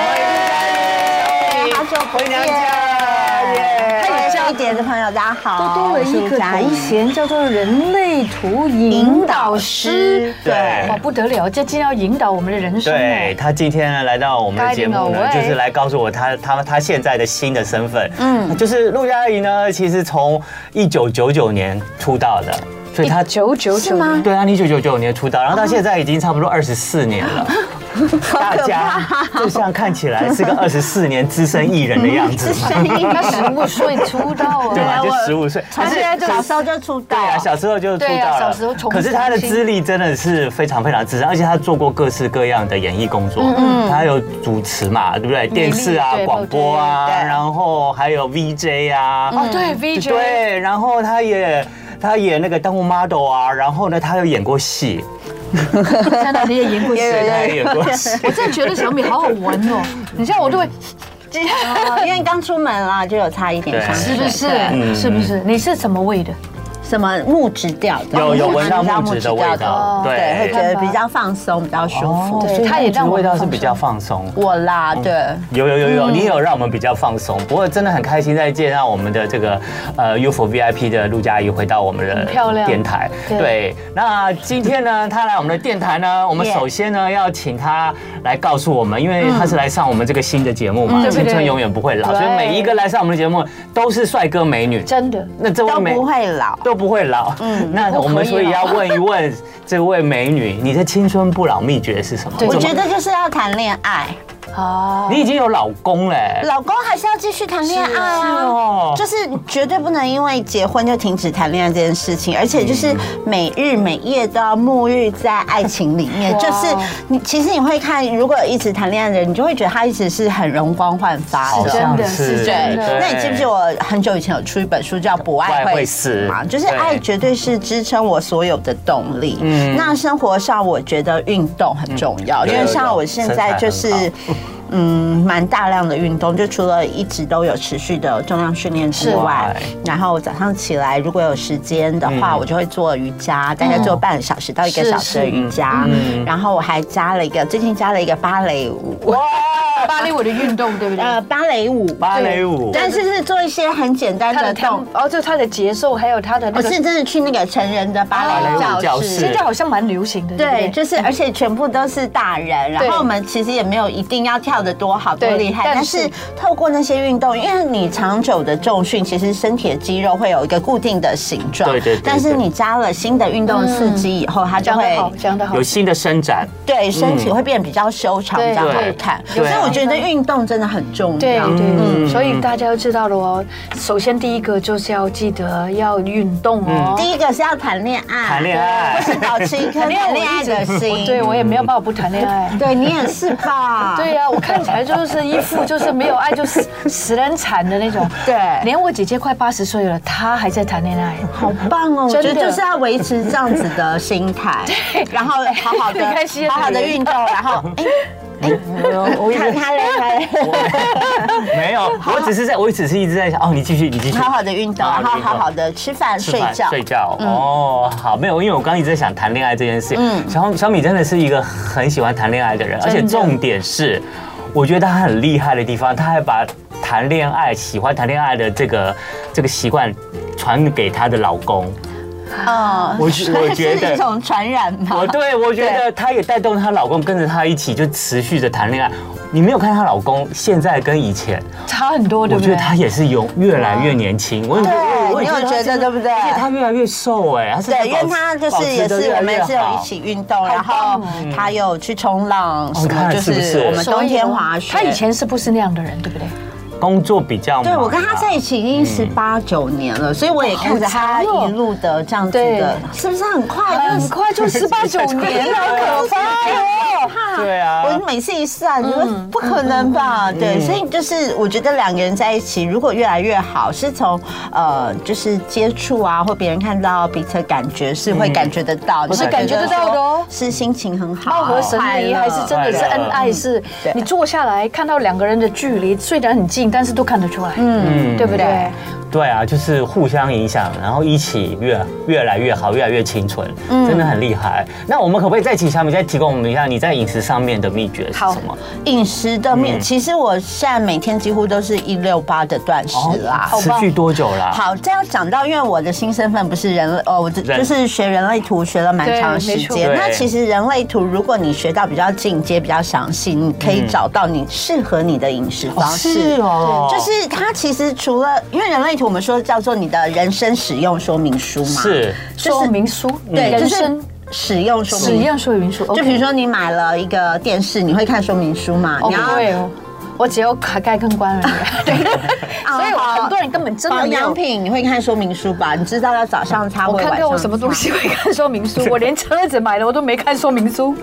Speaker 4: 好久啊不
Speaker 3: 回娘
Speaker 4: 见。
Speaker 3: 家耶！
Speaker 4: 还有这一点的朋友，大家好，
Speaker 2: 多了一
Speaker 4: 我是
Speaker 2: 个
Speaker 4: 吴佳
Speaker 2: 头
Speaker 4: 怡。
Speaker 2: 衔，叫做人类图引导师。
Speaker 3: 对
Speaker 2: 哇，不得了，这竟然要引导我们的人生
Speaker 3: 对
Speaker 2: 哎。
Speaker 3: 他今天呢来到我们的节目呢，
Speaker 2: Guiding our way
Speaker 3: 就是来告诉我他他他现在的新的身份。嗯，就是陆佳怡呢，其实从一九九九年出道的，所以他
Speaker 2: 九九
Speaker 4: 是
Speaker 2: 九
Speaker 4: 吗
Speaker 3: 对啊，一九九九年出道，然后到现在已经差不多二十四年 了。大家就像看起来是个二十四年资深艺人的样 子
Speaker 4: 是
Speaker 3: 嘛，
Speaker 4: 声音，
Speaker 2: 他十五岁出道
Speaker 3: 对
Speaker 2: 啊，
Speaker 3: 吧？就
Speaker 4: 我
Speaker 3: 十五岁，
Speaker 4: 他现在就小时候就出道
Speaker 3: 对啊，。小时候就出道
Speaker 2: 对啊
Speaker 3: 了。
Speaker 2: 小时候从
Speaker 3: 可是他的资历真的是非常非常资深，而且他做过各式各样的演艺工
Speaker 2: 嗯
Speaker 3: 作，他有主持嘛，对不对？电视啊
Speaker 2: 对、
Speaker 3: 广播啊，
Speaker 4: 对对
Speaker 3: 然后还有 VJ 啊，
Speaker 2: 哦，对，VJ，
Speaker 3: 对，然后他也他也那个当过 model 啊，然后呢，他有演过戏，
Speaker 2: 真的你也演过 戏，
Speaker 3: 对，他也演过戏。
Speaker 2: 我真的觉得小米好好闻哦，你知道我都会，
Speaker 4: 哦因为刚出门啦，就有擦一点香水，
Speaker 2: 是不
Speaker 4: 对
Speaker 2: 嗯是？是不是？你是什么味的？
Speaker 4: 什么木质调的，
Speaker 3: 有有
Speaker 4: 我
Speaker 3: 闻到
Speaker 4: 喜欢
Speaker 3: 木质的味
Speaker 4: 调
Speaker 2: 哦
Speaker 3: 道对哦
Speaker 4: 对，会觉得比较放松，比较舒服。
Speaker 2: 对
Speaker 3: 所以
Speaker 2: 它也
Speaker 3: 木质
Speaker 2: 让我
Speaker 3: 味
Speaker 2: 们
Speaker 3: 道是
Speaker 2: 放
Speaker 3: 比较放松。
Speaker 4: 我啦，
Speaker 3: 哦
Speaker 4: 对，
Speaker 3: 有有有有，你也有让我们比较放松。不过真的很开心，在介绍我们的这个呃 UFO VIP 的陆佳怡回到我们的
Speaker 2: 很漂亮
Speaker 3: 电台。
Speaker 2: 对
Speaker 3: 对，那今天呢，她来我们的电台呢，我们
Speaker 4: Yeah
Speaker 3: 首先呢要请她来告诉我们，因为她是来上我们这个新的节目嘛，
Speaker 2: 对对对
Speaker 3: 青春永远不会老》，所以
Speaker 2: 对
Speaker 3: 每一个来上我们的节目都是帅哥美女。
Speaker 2: 真的。
Speaker 3: 那这位
Speaker 4: 都
Speaker 3: 美
Speaker 4: 不会老。
Speaker 3: 都不会老。嗯， 那我们所以要问一问这位美女，你的青春不老秘诀是什么？
Speaker 2: 对
Speaker 4: 我
Speaker 3: 怎么
Speaker 4: 觉得就是要谈恋爱，
Speaker 2: 啊，
Speaker 3: 你已经有老公嘞。
Speaker 4: 老公还是要继续谈恋爱
Speaker 3: 是
Speaker 4: 啊
Speaker 3: 哦，
Speaker 4: 就是绝对不能因为结婚就停止谈恋爱这件事情，而且就是每日每夜都要沐浴在爱情里面。
Speaker 2: 哇
Speaker 3: 啊
Speaker 4: 就是你其实你会看，如果一直谈恋爱的人，你就会觉得他一直是很容光焕发
Speaker 3: 好
Speaker 4: 的。
Speaker 2: 真
Speaker 3: 像
Speaker 2: 的是
Speaker 3: 是
Speaker 4: 对
Speaker 2: 真，的
Speaker 4: 那你记不记得？我很久以前有出一本书叫《不爱会死》嘛？
Speaker 3: 不爱会死
Speaker 4: 就是
Speaker 3: 对
Speaker 4: 爱绝对是支撑我所有的动力。
Speaker 3: 嗯
Speaker 4: 嗯，那生活上我觉得运动很重要，
Speaker 3: 嗯
Speaker 4: 因为像我现在就
Speaker 3: 有
Speaker 4: 是
Speaker 3: 有有身。
Speaker 4: 嗯，蛮大量的运动，就除了一直都有持续的重量训练之外
Speaker 3: 是，
Speaker 4: 然后早上起来如果有时间的话，
Speaker 3: 嗯
Speaker 4: 我就会做瑜伽，大概做半个小时到一个
Speaker 2: 是
Speaker 4: 小时的
Speaker 2: 是
Speaker 4: 瑜伽
Speaker 3: 嗯嗯，
Speaker 4: 然后我还加了一个，最近加了一个芭蕾舞，
Speaker 2: 芭蕾舞的运动对不对？
Speaker 4: 呃，芭蕾舞，
Speaker 3: 芭蕾舞，
Speaker 4: 但是是做一些很简单
Speaker 2: 他的
Speaker 4: 的
Speaker 2: 跳
Speaker 4: 动，，
Speaker 2: 哦，就他的节奏，还有他的
Speaker 4: 我
Speaker 2: 那个，
Speaker 4: 是真的去那个成人的芭
Speaker 3: 芭蕾
Speaker 4: 蕾
Speaker 3: 舞
Speaker 4: 舞
Speaker 3: 教
Speaker 4: 教
Speaker 3: 室
Speaker 4: 室。
Speaker 2: 现在好像蛮流行的，
Speaker 4: 对，
Speaker 2: 对不对，
Speaker 4: 就是，而且全部都是大人，然
Speaker 2: 对
Speaker 4: 后我们其实也没有一定要跳得多好多
Speaker 2: 对
Speaker 4: 厉害，
Speaker 2: 但
Speaker 4: 但是
Speaker 2: 是
Speaker 4: 透过那些运动，因为你长久的重训，其实身体的肌肉会有一个固定的形状，
Speaker 3: 对对对
Speaker 4: 但是你加了新的运动刺激以后，它就
Speaker 2: 讲得
Speaker 4: 会
Speaker 2: 好，讲得好
Speaker 3: 有，新的伸展，
Speaker 4: 对身体会变得比较修长，
Speaker 2: 对
Speaker 4: 比较好
Speaker 3: 对
Speaker 4: 看。所
Speaker 3: 对
Speaker 4: 以我觉得运动真的很重要。
Speaker 2: 对对
Speaker 3: 嗯
Speaker 2: 对，所以大家要知道了哦。首先第一个就是要记得要运动哦。
Speaker 4: 第一个是要谈恋爱，
Speaker 3: 谈恋爱
Speaker 4: 对或是保持一颗
Speaker 2: 谈恋爱
Speaker 4: 谈恋爱的心。
Speaker 2: 对我也没有办法不谈恋爱。
Speaker 4: 对你也是吧？
Speaker 2: 对呀、我看起来就是一副就是没有爱就死死人惨的那种。
Speaker 4: 对
Speaker 2: 连我姐姐快八十岁了，她还在谈恋爱。
Speaker 4: 好棒哦！我觉
Speaker 2: 真
Speaker 4: 得
Speaker 2: 的
Speaker 4: 就是要维持这样子的心态，然后好好的
Speaker 2: 很 开心啊
Speaker 4: 好好的运动，然后哎
Speaker 3: 我
Speaker 4: 哎，看他嘞，他嘞，
Speaker 3: 没有，我只是在，我只是一直在想，哦，你继续，你继续，
Speaker 4: 好好的运动，
Speaker 3: 好好
Speaker 4: 然
Speaker 3: 地
Speaker 4: 后
Speaker 3: 运动
Speaker 4: 好好的吃饭
Speaker 3: 吃
Speaker 4: 睡
Speaker 3: 饭
Speaker 4: 觉。
Speaker 3: 睡觉，哦，好，没有，因为我刚刚一直在想谈恋爱这件事情，
Speaker 4: 嗯
Speaker 3: 小小米真的是一个很喜欢谈恋爱的人，而且
Speaker 2: 真的
Speaker 3: 重点是，我觉得他很厉害的地方，他还把谈恋爱、喜欢谈恋爱的这个这个习惯传给她的老公，
Speaker 4: 嗯，
Speaker 3: 我 觉我觉
Speaker 4: 是一
Speaker 3: 得。
Speaker 4: 种传染嘛
Speaker 3: 我。哦对我觉得她也带动她老公跟着她一起就持续的谈恋爱。你没有看她老公现在跟以前，
Speaker 2: 差很多，对
Speaker 3: 我
Speaker 2: 不
Speaker 3: 觉
Speaker 2: 对
Speaker 3: 得？他也是有越来越年轻，我也觉得，我
Speaker 4: 对，
Speaker 3: 也
Speaker 4: 你
Speaker 3: 他
Speaker 4: 有觉得对不对？
Speaker 3: 而且他越来越瘦哎，他是
Speaker 4: 对，因为他就是也是我们也是有一起运动，然后
Speaker 2: 哦
Speaker 4: 他有去冲浪什
Speaker 3: 看
Speaker 4: 么，就是
Speaker 3: 不哦是
Speaker 4: 是我们冬天滑雪。
Speaker 2: 她以前是不是那样的人，对不对？
Speaker 3: 工作比较忙啊
Speaker 4: 对我跟他在一起已经十
Speaker 3: 嗯
Speaker 4: 八九年了，所以我也看着他一路的这样子的，是不是哎很快？就是
Speaker 2: 哦很快就十八九年了，好可怕哟！
Speaker 3: 对啊
Speaker 4: 我每次一算，你说不可能吧？
Speaker 2: 嗯
Speaker 4: 对，所以就是我觉得两个人在一起，如果越来越好，是从呃，就是接触啊，或别人看到彼此的感觉是会感觉得到，
Speaker 2: 是嗯感觉得到的哦
Speaker 4: 是心情很好，
Speaker 2: 貌合神
Speaker 4: 哦快
Speaker 2: 离
Speaker 4: 乐
Speaker 2: 还是真的是恩爱，是
Speaker 4: 对
Speaker 2: 你坐下来看到两个人的距离虽然很近，但是都看得出来，
Speaker 4: 嗯
Speaker 2: 对不对？
Speaker 3: 对啊，就是互相影响，然后一起越越来越好，越来越清纯，
Speaker 4: 嗯
Speaker 3: 真的很厉害。那我们可不可以再请小米再提供我们一下你在饮食上面的秘诀是什么？
Speaker 4: 饮食的
Speaker 3: 嗯
Speaker 4: 面，其实我现在每天几乎都是一六八的断食啦。
Speaker 3: 哦
Speaker 2: 哦
Speaker 3: 持续多久啦？
Speaker 4: 啊好，这样讲到，因为我的新身份不是人类，哦，我就
Speaker 3: 人
Speaker 4: 就是学人类图学了蛮
Speaker 2: 对
Speaker 4: 长时
Speaker 2: 没错
Speaker 4: 间。那
Speaker 3: 对
Speaker 4: 其实人类图，如果你学到比较进阶、比较详细，你可以找到你适合你的饮食方式。
Speaker 2: 嗯
Speaker 3: 是哦，
Speaker 4: 就是它其实除了，因为人类图我们说叫做你的人生使用说明书嘛，，
Speaker 3: 是
Speaker 2: 说明书，
Speaker 4: 对，就
Speaker 2: 人
Speaker 4: 是嗯
Speaker 2: 生
Speaker 4: 使用说
Speaker 2: 使
Speaker 4: 明书。
Speaker 2: 用说明书，
Speaker 4: 就比如
Speaker 2: OK
Speaker 4: 说你买了一个电视，你会看说明书嘛？
Speaker 2: 哦，
Speaker 4: 你
Speaker 2: 不会哦，我只有卡盖跟关而 已。对，所
Speaker 4: 哦
Speaker 2: 以我很多人根本真
Speaker 4: 保
Speaker 2: 的没
Speaker 4: 养
Speaker 2: 有。
Speaker 4: 品你会看说明书吧？你知道要早上擦，
Speaker 2: 我
Speaker 4: 或者
Speaker 2: 看看
Speaker 4: 晚 上
Speaker 2: 我什么东西会看说明书，我连车子买了我都没看说明书。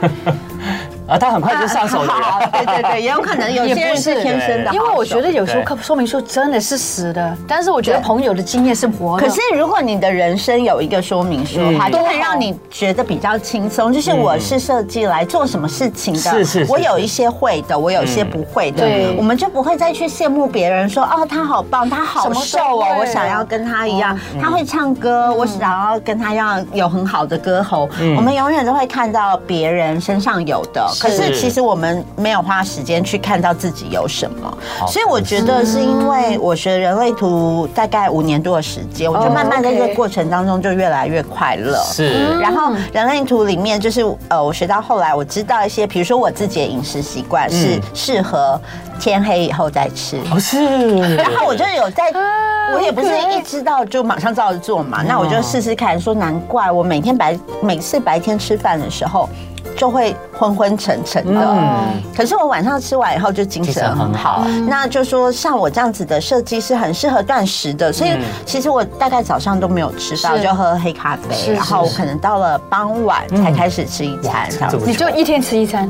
Speaker 3: 啊，他很快就上手的
Speaker 4: 好
Speaker 3: 人，
Speaker 4: 对对对，也有可能有些人是天生的好手，
Speaker 2: 因为我觉得有时候
Speaker 3: 对
Speaker 2: 看说明书真的是死的，但是我觉得
Speaker 4: 对
Speaker 2: 朋友的经验是活的。
Speaker 4: 可是，如果你的人生有一个说明书的话，
Speaker 3: 嗯
Speaker 4: 就会让你觉得比较轻松。就是我是设计来做什么事情的，
Speaker 3: 是是是
Speaker 4: 我有一些会的，我有一些不会的，
Speaker 2: 嗯对
Speaker 4: 我们就不会再去羡慕别人说哦，他好棒，他好
Speaker 2: 什
Speaker 4: 瘦
Speaker 2: 么都
Speaker 4: 哦
Speaker 2: 会，嗯
Speaker 4: 我想要跟他一样，
Speaker 3: 嗯
Speaker 4: 他会唱歌，我想要跟他一样有很好的歌喉。
Speaker 3: 嗯
Speaker 4: 我们永远都会看到别人身上有的，可是其实我们没有花时间去看到自己有什么。所以我觉得是因为我学人类图大概五年多的时间，我就慢慢在这个
Speaker 2: OK
Speaker 4: 过程当中就越来越快乐。
Speaker 3: 是
Speaker 4: 然后人类图里面就是呃，我学到后来我知道一些，比如说我自己的饮食习惯是适合天黑以后再吃，
Speaker 3: 不哦是？
Speaker 4: 然后我就有在。我也不是一知道就马上照着做嘛，那我就试试看。说难怪我每天白每次白天吃饭的时候就会昏昏沉沉
Speaker 3: 嗯
Speaker 4: 的，可是我晚上吃完以后就精神很好。
Speaker 2: 嗯
Speaker 4: 那就说像我这样子的设计是很适合断食的，所以其实我大概早上都没有吃到，
Speaker 2: 嗯是
Speaker 4: 就喝黑咖
Speaker 2: 是嗯
Speaker 4: 啡，然后我可能到了傍晚才开始吃一餐，这样子
Speaker 3: 这么
Speaker 2: 你就一天吃一餐，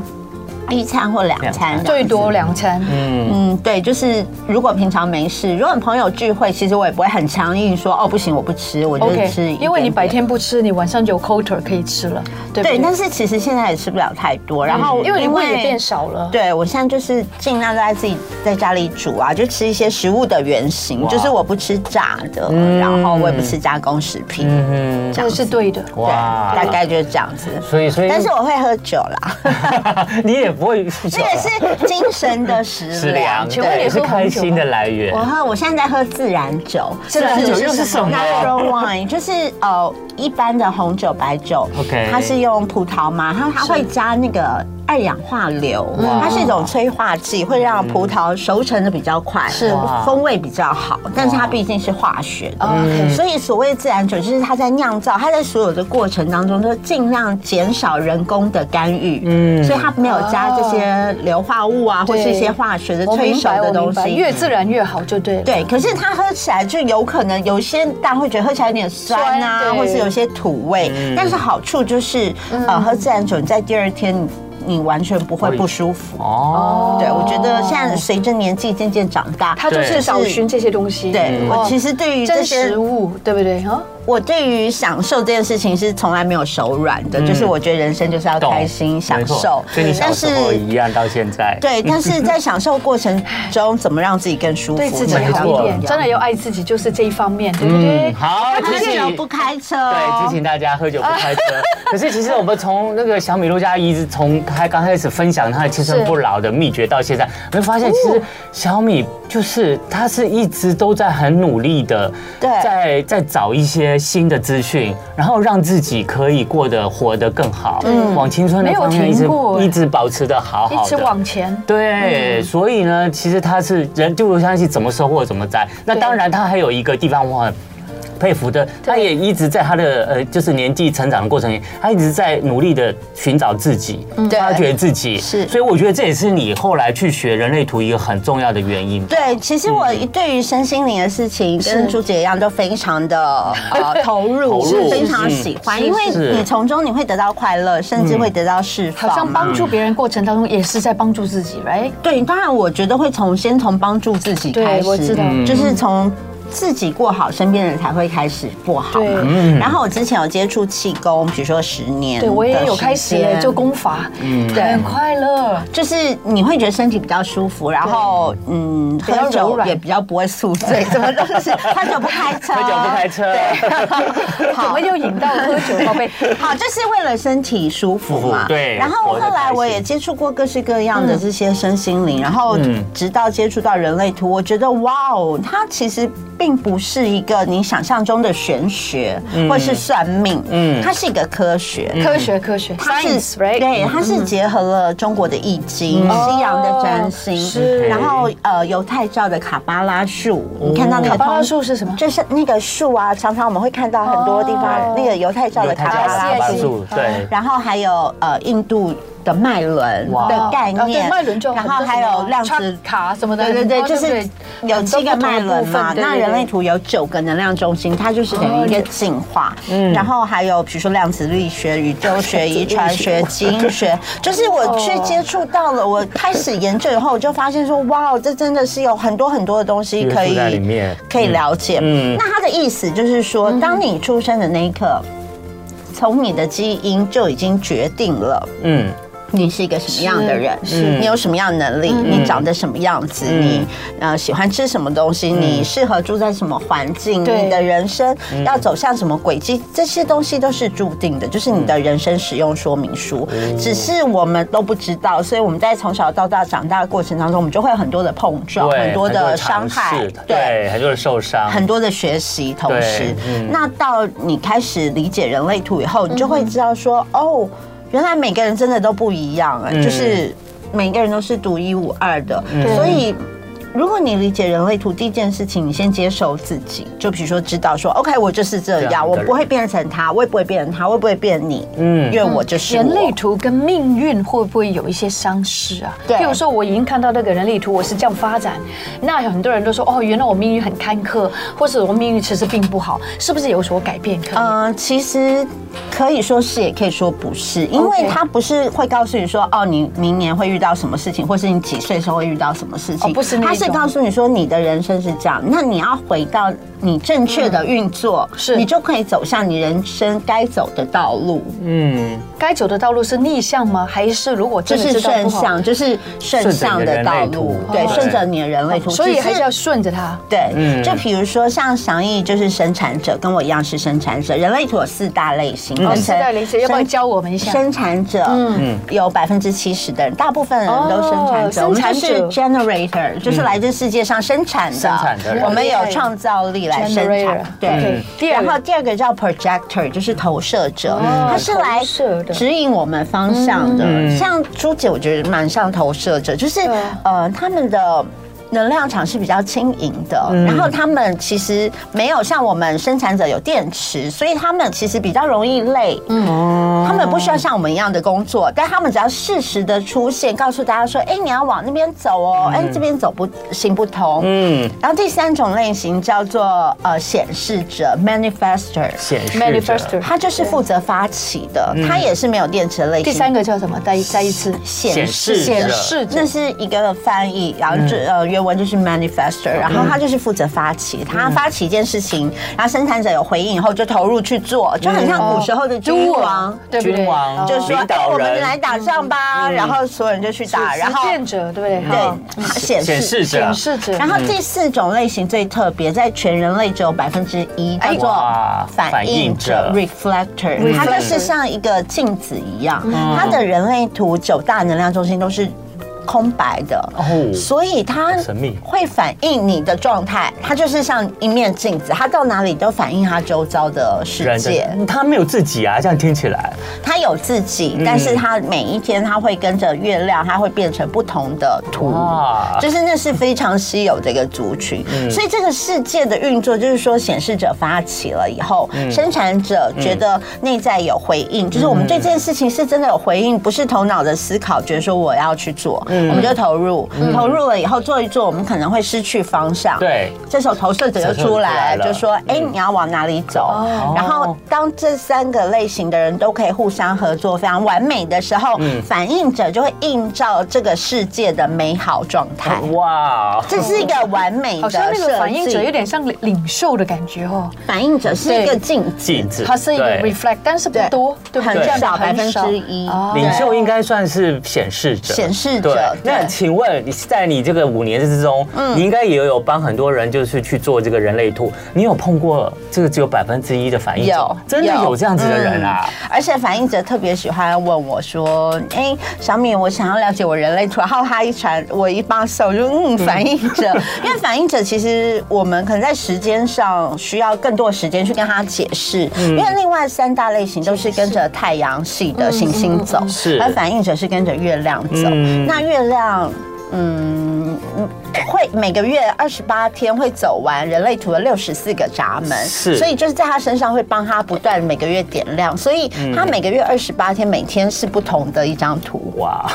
Speaker 4: 一餐或两餐，
Speaker 2: 最多两餐。
Speaker 4: 嗯，对，就是如果平常没事，如果朋友聚会，其实我也不会很强硬说哦不行我不吃，我就
Speaker 2: OK，
Speaker 4: 吃一点点
Speaker 2: 因为你白天不吃，你晚上就有 quarter 可以吃了，对不
Speaker 4: 对，
Speaker 2: 对？
Speaker 4: 但是其实现在也吃不了太多，然后
Speaker 2: 因为你胃也变。少了。
Speaker 4: 对，我现在就是尽量在自己在家里煮啊，就吃一些食物的原型，
Speaker 3: 哇
Speaker 4: 就是我不吃炸的，然后我也不吃加工食品，
Speaker 3: 嗯
Speaker 2: 这个是对的，
Speaker 3: 哼，
Speaker 4: 对，大概就是这样子。
Speaker 3: 所以所以，
Speaker 4: 但是我会喝酒啦，
Speaker 3: 你也不 会去
Speaker 4: 这个是精神的食
Speaker 3: 食
Speaker 4: 粮
Speaker 3: 粮，。
Speaker 2: 请问
Speaker 3: 对
Speaker 2: 你
Speaker 3: 是
Speaker 2: 喝
Speaker 3: 开
Speaker 2: 红酒
Speaker 3: 心
Speaker 2: 吗
Speaker 3: 的来源
Speaker 4: 我。喝，我现在在喝自然酒，
Speaker 2: 自然酒又是
Speaker 3: 什么
Speaker 4: ？Natural wine 就是呃一般的红酒、白酒
Speaker 3: OK
Speaker 4: 它是用葡萄嘛，它它会加那个二氧化硫，它是一种催化剂，会让葡萄熟成的比较快，
Speaker 2: 是
Speaker 3: 哇
Speaker 4: 风味比较好，但是它毕竟是化学的。
Speaker 2: OK，
Speaker 4: 所以，所谓自然酒，就是它在酿造，它在所有的过程当中，都尽量减少人工的干预，嗯，所以它没有加这些硫化物啊，或
Speaker 2: 对
Speaker 4: 是一些化学的
Speaker 2: 我
Speaker 4: 催
Speaker 2: 明
Speaker 4: 熟
Speaker 2: 白，
Speaker 4: 的
Speaker 2: 我
Speaker 4: 东
Speaker 2: 明白，
Speaker 4: 西，
Speaker 2: 越自然越好，就对了。
Speaker 4: 对，
Speaker 3: 嗯
Speaker 4: 可是它喝起来就有可能有些大家会觉得喝起来有点酸啊，
Speaker 2: 酸对
Speaker 4: 或是有些土味，
Speaker 3: 嗯
Speaker 4: 但是好处就是，呃，喝自然酒你在第二天你你完全不会不舒服。
Speaker 3: 哦，
Speaker 4: 对，我觉得现在随着年纪渐渐长大，
Speaker 2: 他就是
Speaker 3: 对
Speaker 2: 找寻这些东西。
Speaker 4: 对
Speaker 3: 嗯
Speaker 2: 哦
Speaker 4: 我其实对于这
Speaker 2: 真
Speaker 4: 些
Speaker 2: 食物，对不对？啊，
Speaker 4: 我对于享受这件事情是从来没有手软的，就是我觉得人生就是要
Speaker 3: 懂
Speaker 4: 开心
Speaker 3: 嗯
Speaker 4: 享
Speaker 3: 没错
Speaker 4: 受
Speaker 3: 所以你，小
Speaker 4: 但
Speaker 3: 时
Speaker 4: 是。
Speaker 3: 候一样到现在，
Speaker 4: 对，但是在享受过程中，怎么让自己更舒服？
Speaker 2: 对自己
Speaker 3: 没
Speaker 2: 好一
Speaker 3: 错
Speaker 2: 点，真的要爱自己，就是这一方面，对不对？
Speaker 3: 嗯
Speaker 4: 嗯
Speaker 3: 好，
Speaker 4: 喝
Speaker 3: 提
Speaker 4: 酒
Speaker 3: 醒
Speaker 4: 不开车
Speaker 3: 对，
Speaker 4: 哦，
Speaker 3: 提醒大家喝酒不 开车。可是其实我们从那个小米陆家一直从开刚开始分享她的青春不老的秘诀到现在，你会发现
Speaker 2: 哦
Speaker 3: 其实小米就是她是一直都在很努力的，
Speaker 4: 对
Speaker 3: 在在找一些新的资讯，然后让自己可以过得活得更好，
Speaker 2: 嗯
Speaker 3: 往青春的
Speaker 2: 没
Speaker 3: 方
Speaker 2: 有
Speaker 3: 面一
Speaker 2: 停
Speaker 3: 直
Speaker 2: 过
Speaker 3: 一直保持的好
Speaker 2: 一
Speaker 3: 好
Speaker 2: 直
Speaker 3: 的。
Speaker 2: 往前。
Speaker 4: 嗯
Speaker 3: 对，所以呢，其实他是人就如相信怎么收获怎么摘。那
Speaker 2: 对
Speaker 3: 当然，他还有一个地方我很。佩服的，他也一直在他的呃，就是年纪成长的过程里，他一直在努力的寻找自己，
Speaker 4: 对
Speaker 3: 发掘自己。
Speaker 4: 嗯是
Speaker 3: 所以我觉得这也是你后来去学人类图一个很重要的原因。
Speaker 4: 对，其实我
Speaker 2: 嗯
Speaker 4: 对于身心灵的事情跟朱姐一样，都非常的 呃投入，
Speaker 3: 投入
Speaker 4: 非常喜欢，
Speaker 2: 嗯是
Speaker 4: 因为
Speaker 3: 是
Speaker 4: 你从中你会得到快乐，甚至会得到释
Speaker 2: 好像
Speaker 4: 放嘛。
Speaker 2: 帮助别人过程当中也是在帮助自己，right？
Speaker 4: 对，当然我觉得会从先从帮助自己开
Speaker 2: 对我知
Speaker 4: 始
Speaker 2: 道，嗯
Speaker 4: 就是从。自己过好，身边人才会开始过好嘛。嗯然后我之前有接触气功，比如说十年的时
Speaker 2: 嗯对，
Speaker 4: 间，
Speaker 2: 我也有开始耶做功法，
Speaker 4: 嗯
Speaker 2: 对，很快乐。
Speaker 4: 就是你会觉得身体比较舒服，然后嗯，
Speaker 2: 比较
Speaker 4: 喝
Speaker 2: 柔
Speaker 4: 酒
Speaker 2: 软
Speaker 4: 也比较不会宿醉，什么都是喝酒不开 车，
Speaker 3: 喝酒不开车，
Speaker 2: 怎么又引到喝酒宝贝？
Speaker 4: 好，就是为了身体舒服
Speaker 3: 舒
Speaker 4: 嘛。
Speaker 3: 服对
Speaker 4: 然后
Speaker 3: 活得
Speaker 4: 后来
Speaker 3: 开心
Speaker 4: 我也接触过各式各样
Speaker 2: 嗯
Speaker 4: 的这些身心灵，然后
Speaker 3: 嗯
Speaker 4: 直到接触到人类图，我觉得哇哦，它其实并不是一个你想象中的玄学或是算命，嗯，它是一个科学。
Speaker 3: 嗯
Speaker 2: 科学科学
Speaker 4: 它是
Speaker 2: ，science right？嗯
Speaker 4: 嗯对，它是结合了中国的易经、
Speaker 3: 嗯
Speaker 4: 西洋的占星，
Speaker 2: 哦是
Speaker 4: 然后呃犹太教的卡巴拉树，
Speaker 3: 哦
Speaker 4: 你看到那个
Speaker 2: 卡巴拉
Speaker 4: 通
Speaker 2: 树是什么？
Speaker 4: 就是那个树啊，常常我们会看到很多地方
Speaker 2: 哦
Speaker 4: 那个犹太教的
Speaker 3: 有他
Speaker 4: 卡
Speaker 3: 叫
Speaker 4: 巴
Speaker 3: 拉
Speaker 4: 拉
Speaker 3: 巴
Speaker 4: 树，
Speaker 3: 树，对，
Speaker 4: 然后还有呃印度的脉轮的概
Speaker 2: 哦对
Speaker 4: 念，
Speaker 2: 脉轮就很
Speaker 4: 然后还有量子。
Speaker 2: 卡什么的，
Speaker 4: 对对对，
Speaker 2: 哦
Speaker 4: 就是有七个脉轮嘛。那人类图有九个能量中心，它就是等于一个进化。
Speaker 2: 哦
Speaker 4: 嗯，然后还有比如说量子力学、宇宙学、遗传学、基 因
Speaker 2: 哦
Speaker 4: 学，就是我去接触到了，我开始研究以后，我就发现说，哇，这真的是有很多很多的东西可
Speaker 3: 元
Speaker 4: 以
Speaker 3: 素在里面
Speaker 4: 可以了解。
Speaker 3: 嗯
Speaker 4: 嗯，那它的意思就是说，当你出生的那一刻，从你的基因就已经决定了。
Speaker 3: 嗯，
Speaker 4: 你是一个什么样的人，
Speaker 2: 是是
Speaker 4: 你有什么样的能力，你长得什么样子，你呃喜欢吃什么东西，你适合住在什么环境，
Speaker 2: 对
Speaker 4: 你的人生要走向什么轨迹，这些东西都是注定的，就是你的人生使用说明书。只是我们都不知道，所以我们在从小到大长大的过程当中，我们就会有很多的碰撞，
Speaker 3: 对
Speaker 4: 很多的伤
Speaker 3: 尝试
Speaker 4: 害，
Speaker 3: 对，很多的受伤，
Speaker 4: 很多的学习，同时
Speaker 3: 对，嗯
Speaker 4: 那到你开始理解人类图以后，你就会知道说，哦，原来每个人真的都不一样、哎、
Speaker 3: 嗯
Speaker 4: 就是每个人都是独一无二的，
Speaker 2: 对
Speaker 4: 所以。如果你理解人类图，第一件事情，你先接受自己，就比如说知道说，OK，我就是这
Speaker 3: 这样
Speaker 4: 样，
Speaker 3: 的
Speaker 4: 我
Speaker 3: 人
Speaker 4: 不会变成他，我也不会变成他，我也不会变你，
Speaker 3: 嗯
Speaker 4: 嗯，因为我就是我
Speaker 2: 人类图跟命运会不会有一些相似啊？
Speaker 4: 对
Speaker 2: 譬如说我已经看到那个人类图，我是这样发展，那有很多人都说哦，原来我命运很坎坷，或者我命运其实并不好，是不是有所改变？可以
Speaker 4: 嗯、其实可以说是，也可以说不是，因为
Speaker 2: OK
Speaker 4: 他不是会告诉你说，哦，你明年会遇到什么事情，或是你几岁时候会遇到什么事情，
Speaker 2: 哦不是那
Speaker 4: 他
Speaker 2: 一种
Speaker 4: 是告诉你说你的人生是这样，那你要回到你正确的运作，
Speaker 2: 嗯是
Speaker 4: 你就可以走向你人生该走的道路，
Speaker 3: 嗯，
Speaker 2: 该走的道路是逆向吗？还是如果
Speaker 4: 就
Speaker 2: 真的
Speaker 4: 是
Speaker 2: 知道
Speaker 4: 顺
Speaker 2: 不好，哦
Speaker 4: 向，就是顺向的道路，
Speaker 3: 顺着你的人类图，对
Speaker 4: 对顺着你的人类图，
Speaker 2: 哦所以
Speaker 4: 只
Speaker 2: 还是要顺着它。
Speaker 4: 对，
Speaker 3: 嗯
Speaker 4: 就比如说像祥义就是生产者，跟我一样是生产者。人类图有四大类型，
Speaker 2: 哦
Speaker 4: 生
Speaker 2: 四大类型要不要
Speaker 4: 生
Speaker 2: 教我们一下
Speaker 4: 生产者，嗯，有百分之七十的人，大部分人都生产者，
Speaker 2: 哦
Speaker 4: 我们就是
Speaker 2: 生产者嗯
Speaker 4: generator，就是来自世界上生产的，
Speaker 3: 生产的人
Speaker 4: 我们有创造力来生
Speaker 2: Generator，
Speaker 4: 产。
Speaker 2: OK
Speaker 4: 对，
Speaker 2: 第二个
Speaker 4: 然后第二个叫 projector，就是投射者，
Speaker 2: 哦
Speaker 4: 它是来
Speaker 2: 投射的
Speaker 4: 指引我们方向的。
Speaker 3: 嗯
Speaker 4: 像朱姐，我觉得蛮像投射者，就是
Speaker 2: 对
Speaker 4: 呃，他们的。能量场是比较轻盈的，
Speaker 3: 嗯
Speaker 4: 然后他们其实没有像我们生产者有电池，所以他们其实比较容易累。
Speaker 3: 哦
Speaker 4: 他们不需要像我们一样的工作，但他们只要适时的出现，告诉大家说：“哎、你要往那边走哦，哎、这边走不行不通。”
Speaker 3: 嗯，
Speaker 4: 然后第三种类型叫做呃显示者 （manifester），
Speaker 3: 显示
Speaker 2: Manifester
Speaker 3: 者
Speaker 4: 他就是负责发起的，
Speaker 3: 嗯
Speaker 4: 他也是没有电池的类
Speaker 2: 第
Speaker 4: 型。
Speaker 2: 三个叫什么？再再一次，
Speaker 4: 显示
Speaker 3: 显示者嗯
Speaker 2: 示者
Speaker 4: 那是一个翻译，然后这呃原文就是 manifester，然后他就是负责发起，
Speaker 3: 嗯
Speaker 4: 他发起一件事情，然后生产者有回应以后就投入去
Speaker 3: 嗯
Speaker 4: 做，就很像古时候的君王。
Speaker 2: 对哦不对？
Speaker 3: 君王
Speaker 4: 就是说，
Speaker 3: 领
Speaker 4: 哎，
Speaker 3: 导
Speaker 4: 我们
Speaker 3: 人嗯
Speaker 4: 来打仗吧，然后所有人就去打，啊然
Speaker 2: 哦实
Speaker 4: 后
Speaker 2: 践者，对不对？哈
Speaker 4: 对显
Speaker 3: 显
Speaker 4: 示。
Speaker 3: 示者
Speaker 2: 显，示者，
Speaker 4: 然后第四种类型最特别，在全人类只有百分之一，叫
Speaker 3: 哎哇
Speaker 4: 做反应者
Speaker 3: 反
Speaker 4: （reflector），它就是像一个镜子一样，
Speaker 3: 嗯
Speaker 4: 它的人类图九大能量中心都是。空白的
Speaker 3: 哦
Speaker 4: 所以它
Speaker 3: 好神秘
Speaker 4: 会反映你的状态，它就是像一面镜子，它到哪里都反映它周遭的世
Speaker 3: 人
Speaker 4: 界。
Speaker 3: 的他没有自己啊，这样听起来，
Speaker 4: 它有自己，
Speaker 3: 嗯
Speaker 4: 但是它每一天它会跟着月亮，它会变成不同的图
Speaker 3: 哇，
Speaker 4: 就是那是非常稀有的一个族群。所以这个世界的运作，就是说显示者发起了以后，生产者觉得内在有回应，就是我们对这件事情是真的有回应，不是头脑的思考，觉得说我要去做，我们就投入，投入了以后做一做，我们可能会失去方向。。
Speaker 3: 对，
Speaker 4: 这时候投射者就出来，
Speaker 3: 投射者出来了
Speaker 4: 就说：“哎、你要往哪里走？”
Speaker 2: 哦
Speaker 4: 然后当这三个类型的人都可以互相合作，非常完美的时候，反应者就会映照这个世界的美好状态。
Speaker 3: 哇，
Speaker 4: 这是一个完美
Speaker 2: 好
Speaker 4: 的
Speaker 2: 像那个
Speaker 4: 设
Speaker 2: 反应者有
Speaker 4: 计。
Speaker 2: 点像领领袖的感觉哦，
Speaker 4: 反应者是一个镜子，
Speaker 3: 镜子，
Speaker 2: 它是一个
Speaker 3: 对
Speaker 2: reflect，但是不
Speaker 4: 对
Speaker 2: 多，对不对？
Speaker 4: 很
Speaker 2: 这样
Speaker 4: 少
Speaker 2: 的很少
Speaker 4: 百分之一
Speaker 2: 哦
Speaker 3: 领袖应该算是显示者，
Speaker 4: 显示
Speaker 3: 对
Speaker 4: 者对嗯
Speaker 3: 那请问你在你这个五年之中，你应该也有帮很多人就是去做这个人类图，你有碰过这个只有百分之一的反应者
Speaker 4: 有，嗯
Speaker 3: 真的有这样子的人啊？
Speaker 4: 而且反应者特别喜欢问我说：“哎、小米，我想要了解我人类图。”然后他一传我一帮手，我就嗯，反应者，因为反应者其实我们可能在时间上需要更多的时间去跟他解释，
Speaker 3: 嗯
Speaker 4: 因为另外三大类型都是跟着太阳系的行星走，
Speaker 3: 嗯是
Speaker 4: 而反应者是跟着月亮走。
Speaker 3: 嗯
Speaker 4: 那月亮。嗯，会会每个月二十八天会走完人类图的六十四个闸门，
Speaker 3: 是
Speaker 4: 所以就是在他身上会帮他不断每个月点亮，所以他每个月二十八天，每天是不同的一张图，
Speaker 3: 哇，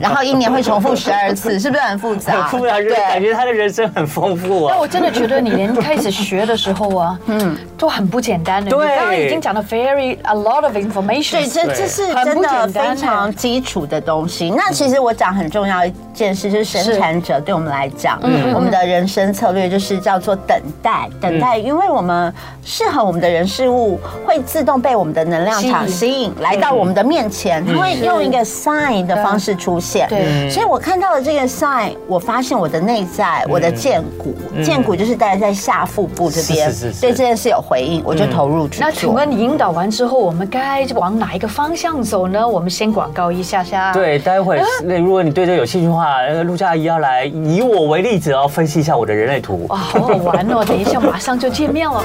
Speaker 4: 然后一年会重复十二次，是不是很复 杂？
Speaker 3: 很复杂，就是感觉他的人生很丰富啊
Speaker 2: 但。我真的觉得你连开始学的时候啊，嗯，都很不简单的。
Speaker 3: 对
Speaker 2: 你刚刚已经讲了 very a lot of information，
Speaker 4: 对，这
Speaker 3: 对
Speaker 4: 这是
Speaker 2: 很
Speaker 4: 真
Speaker 2: 不
Speaker 4: 的
Speaker 2: 简单啊
Speaker 4: 非常基础的东西。那其实我讲很重要一件事，就是生产者对我们来讲，
Speaker 2: 嗯
Speaker 4: 我们的人生策略就是叫做等待，等待，因为我们适合我们的人事物会自动被我们的能量场
Speaker 2: 吸嗯
Speaker 4: 吸引来到我们的面前，它会用一个 sign 的方式出现。
Speaker 2: 对嗯
Speaker 4: 所以我看到了这个 sign，我发现我的内在，我的剑骨，
Speaker 2: 嗯
Speaker 4: 剑骨就是大概在下腹部这边
Speaker 3: 是是是，是
Speaker 4: 对这件事有回应，我就投入去
Speaker 2: 嗯那请
Speaker 4: 做。
Speaker 2: 问你引导完之后，我们该往哪一个方向走呢？我们先广告一下下。，
Speaker 3: 对，待
Speaker 4: 啊
Speaker 3: 会儿那如果你对这有兴趣的话，那个陆佳怡要来以我为例子，要哦分析一下我的人类图。
Speaker 2: 哇，好好玩哦！等一下马上就见面了。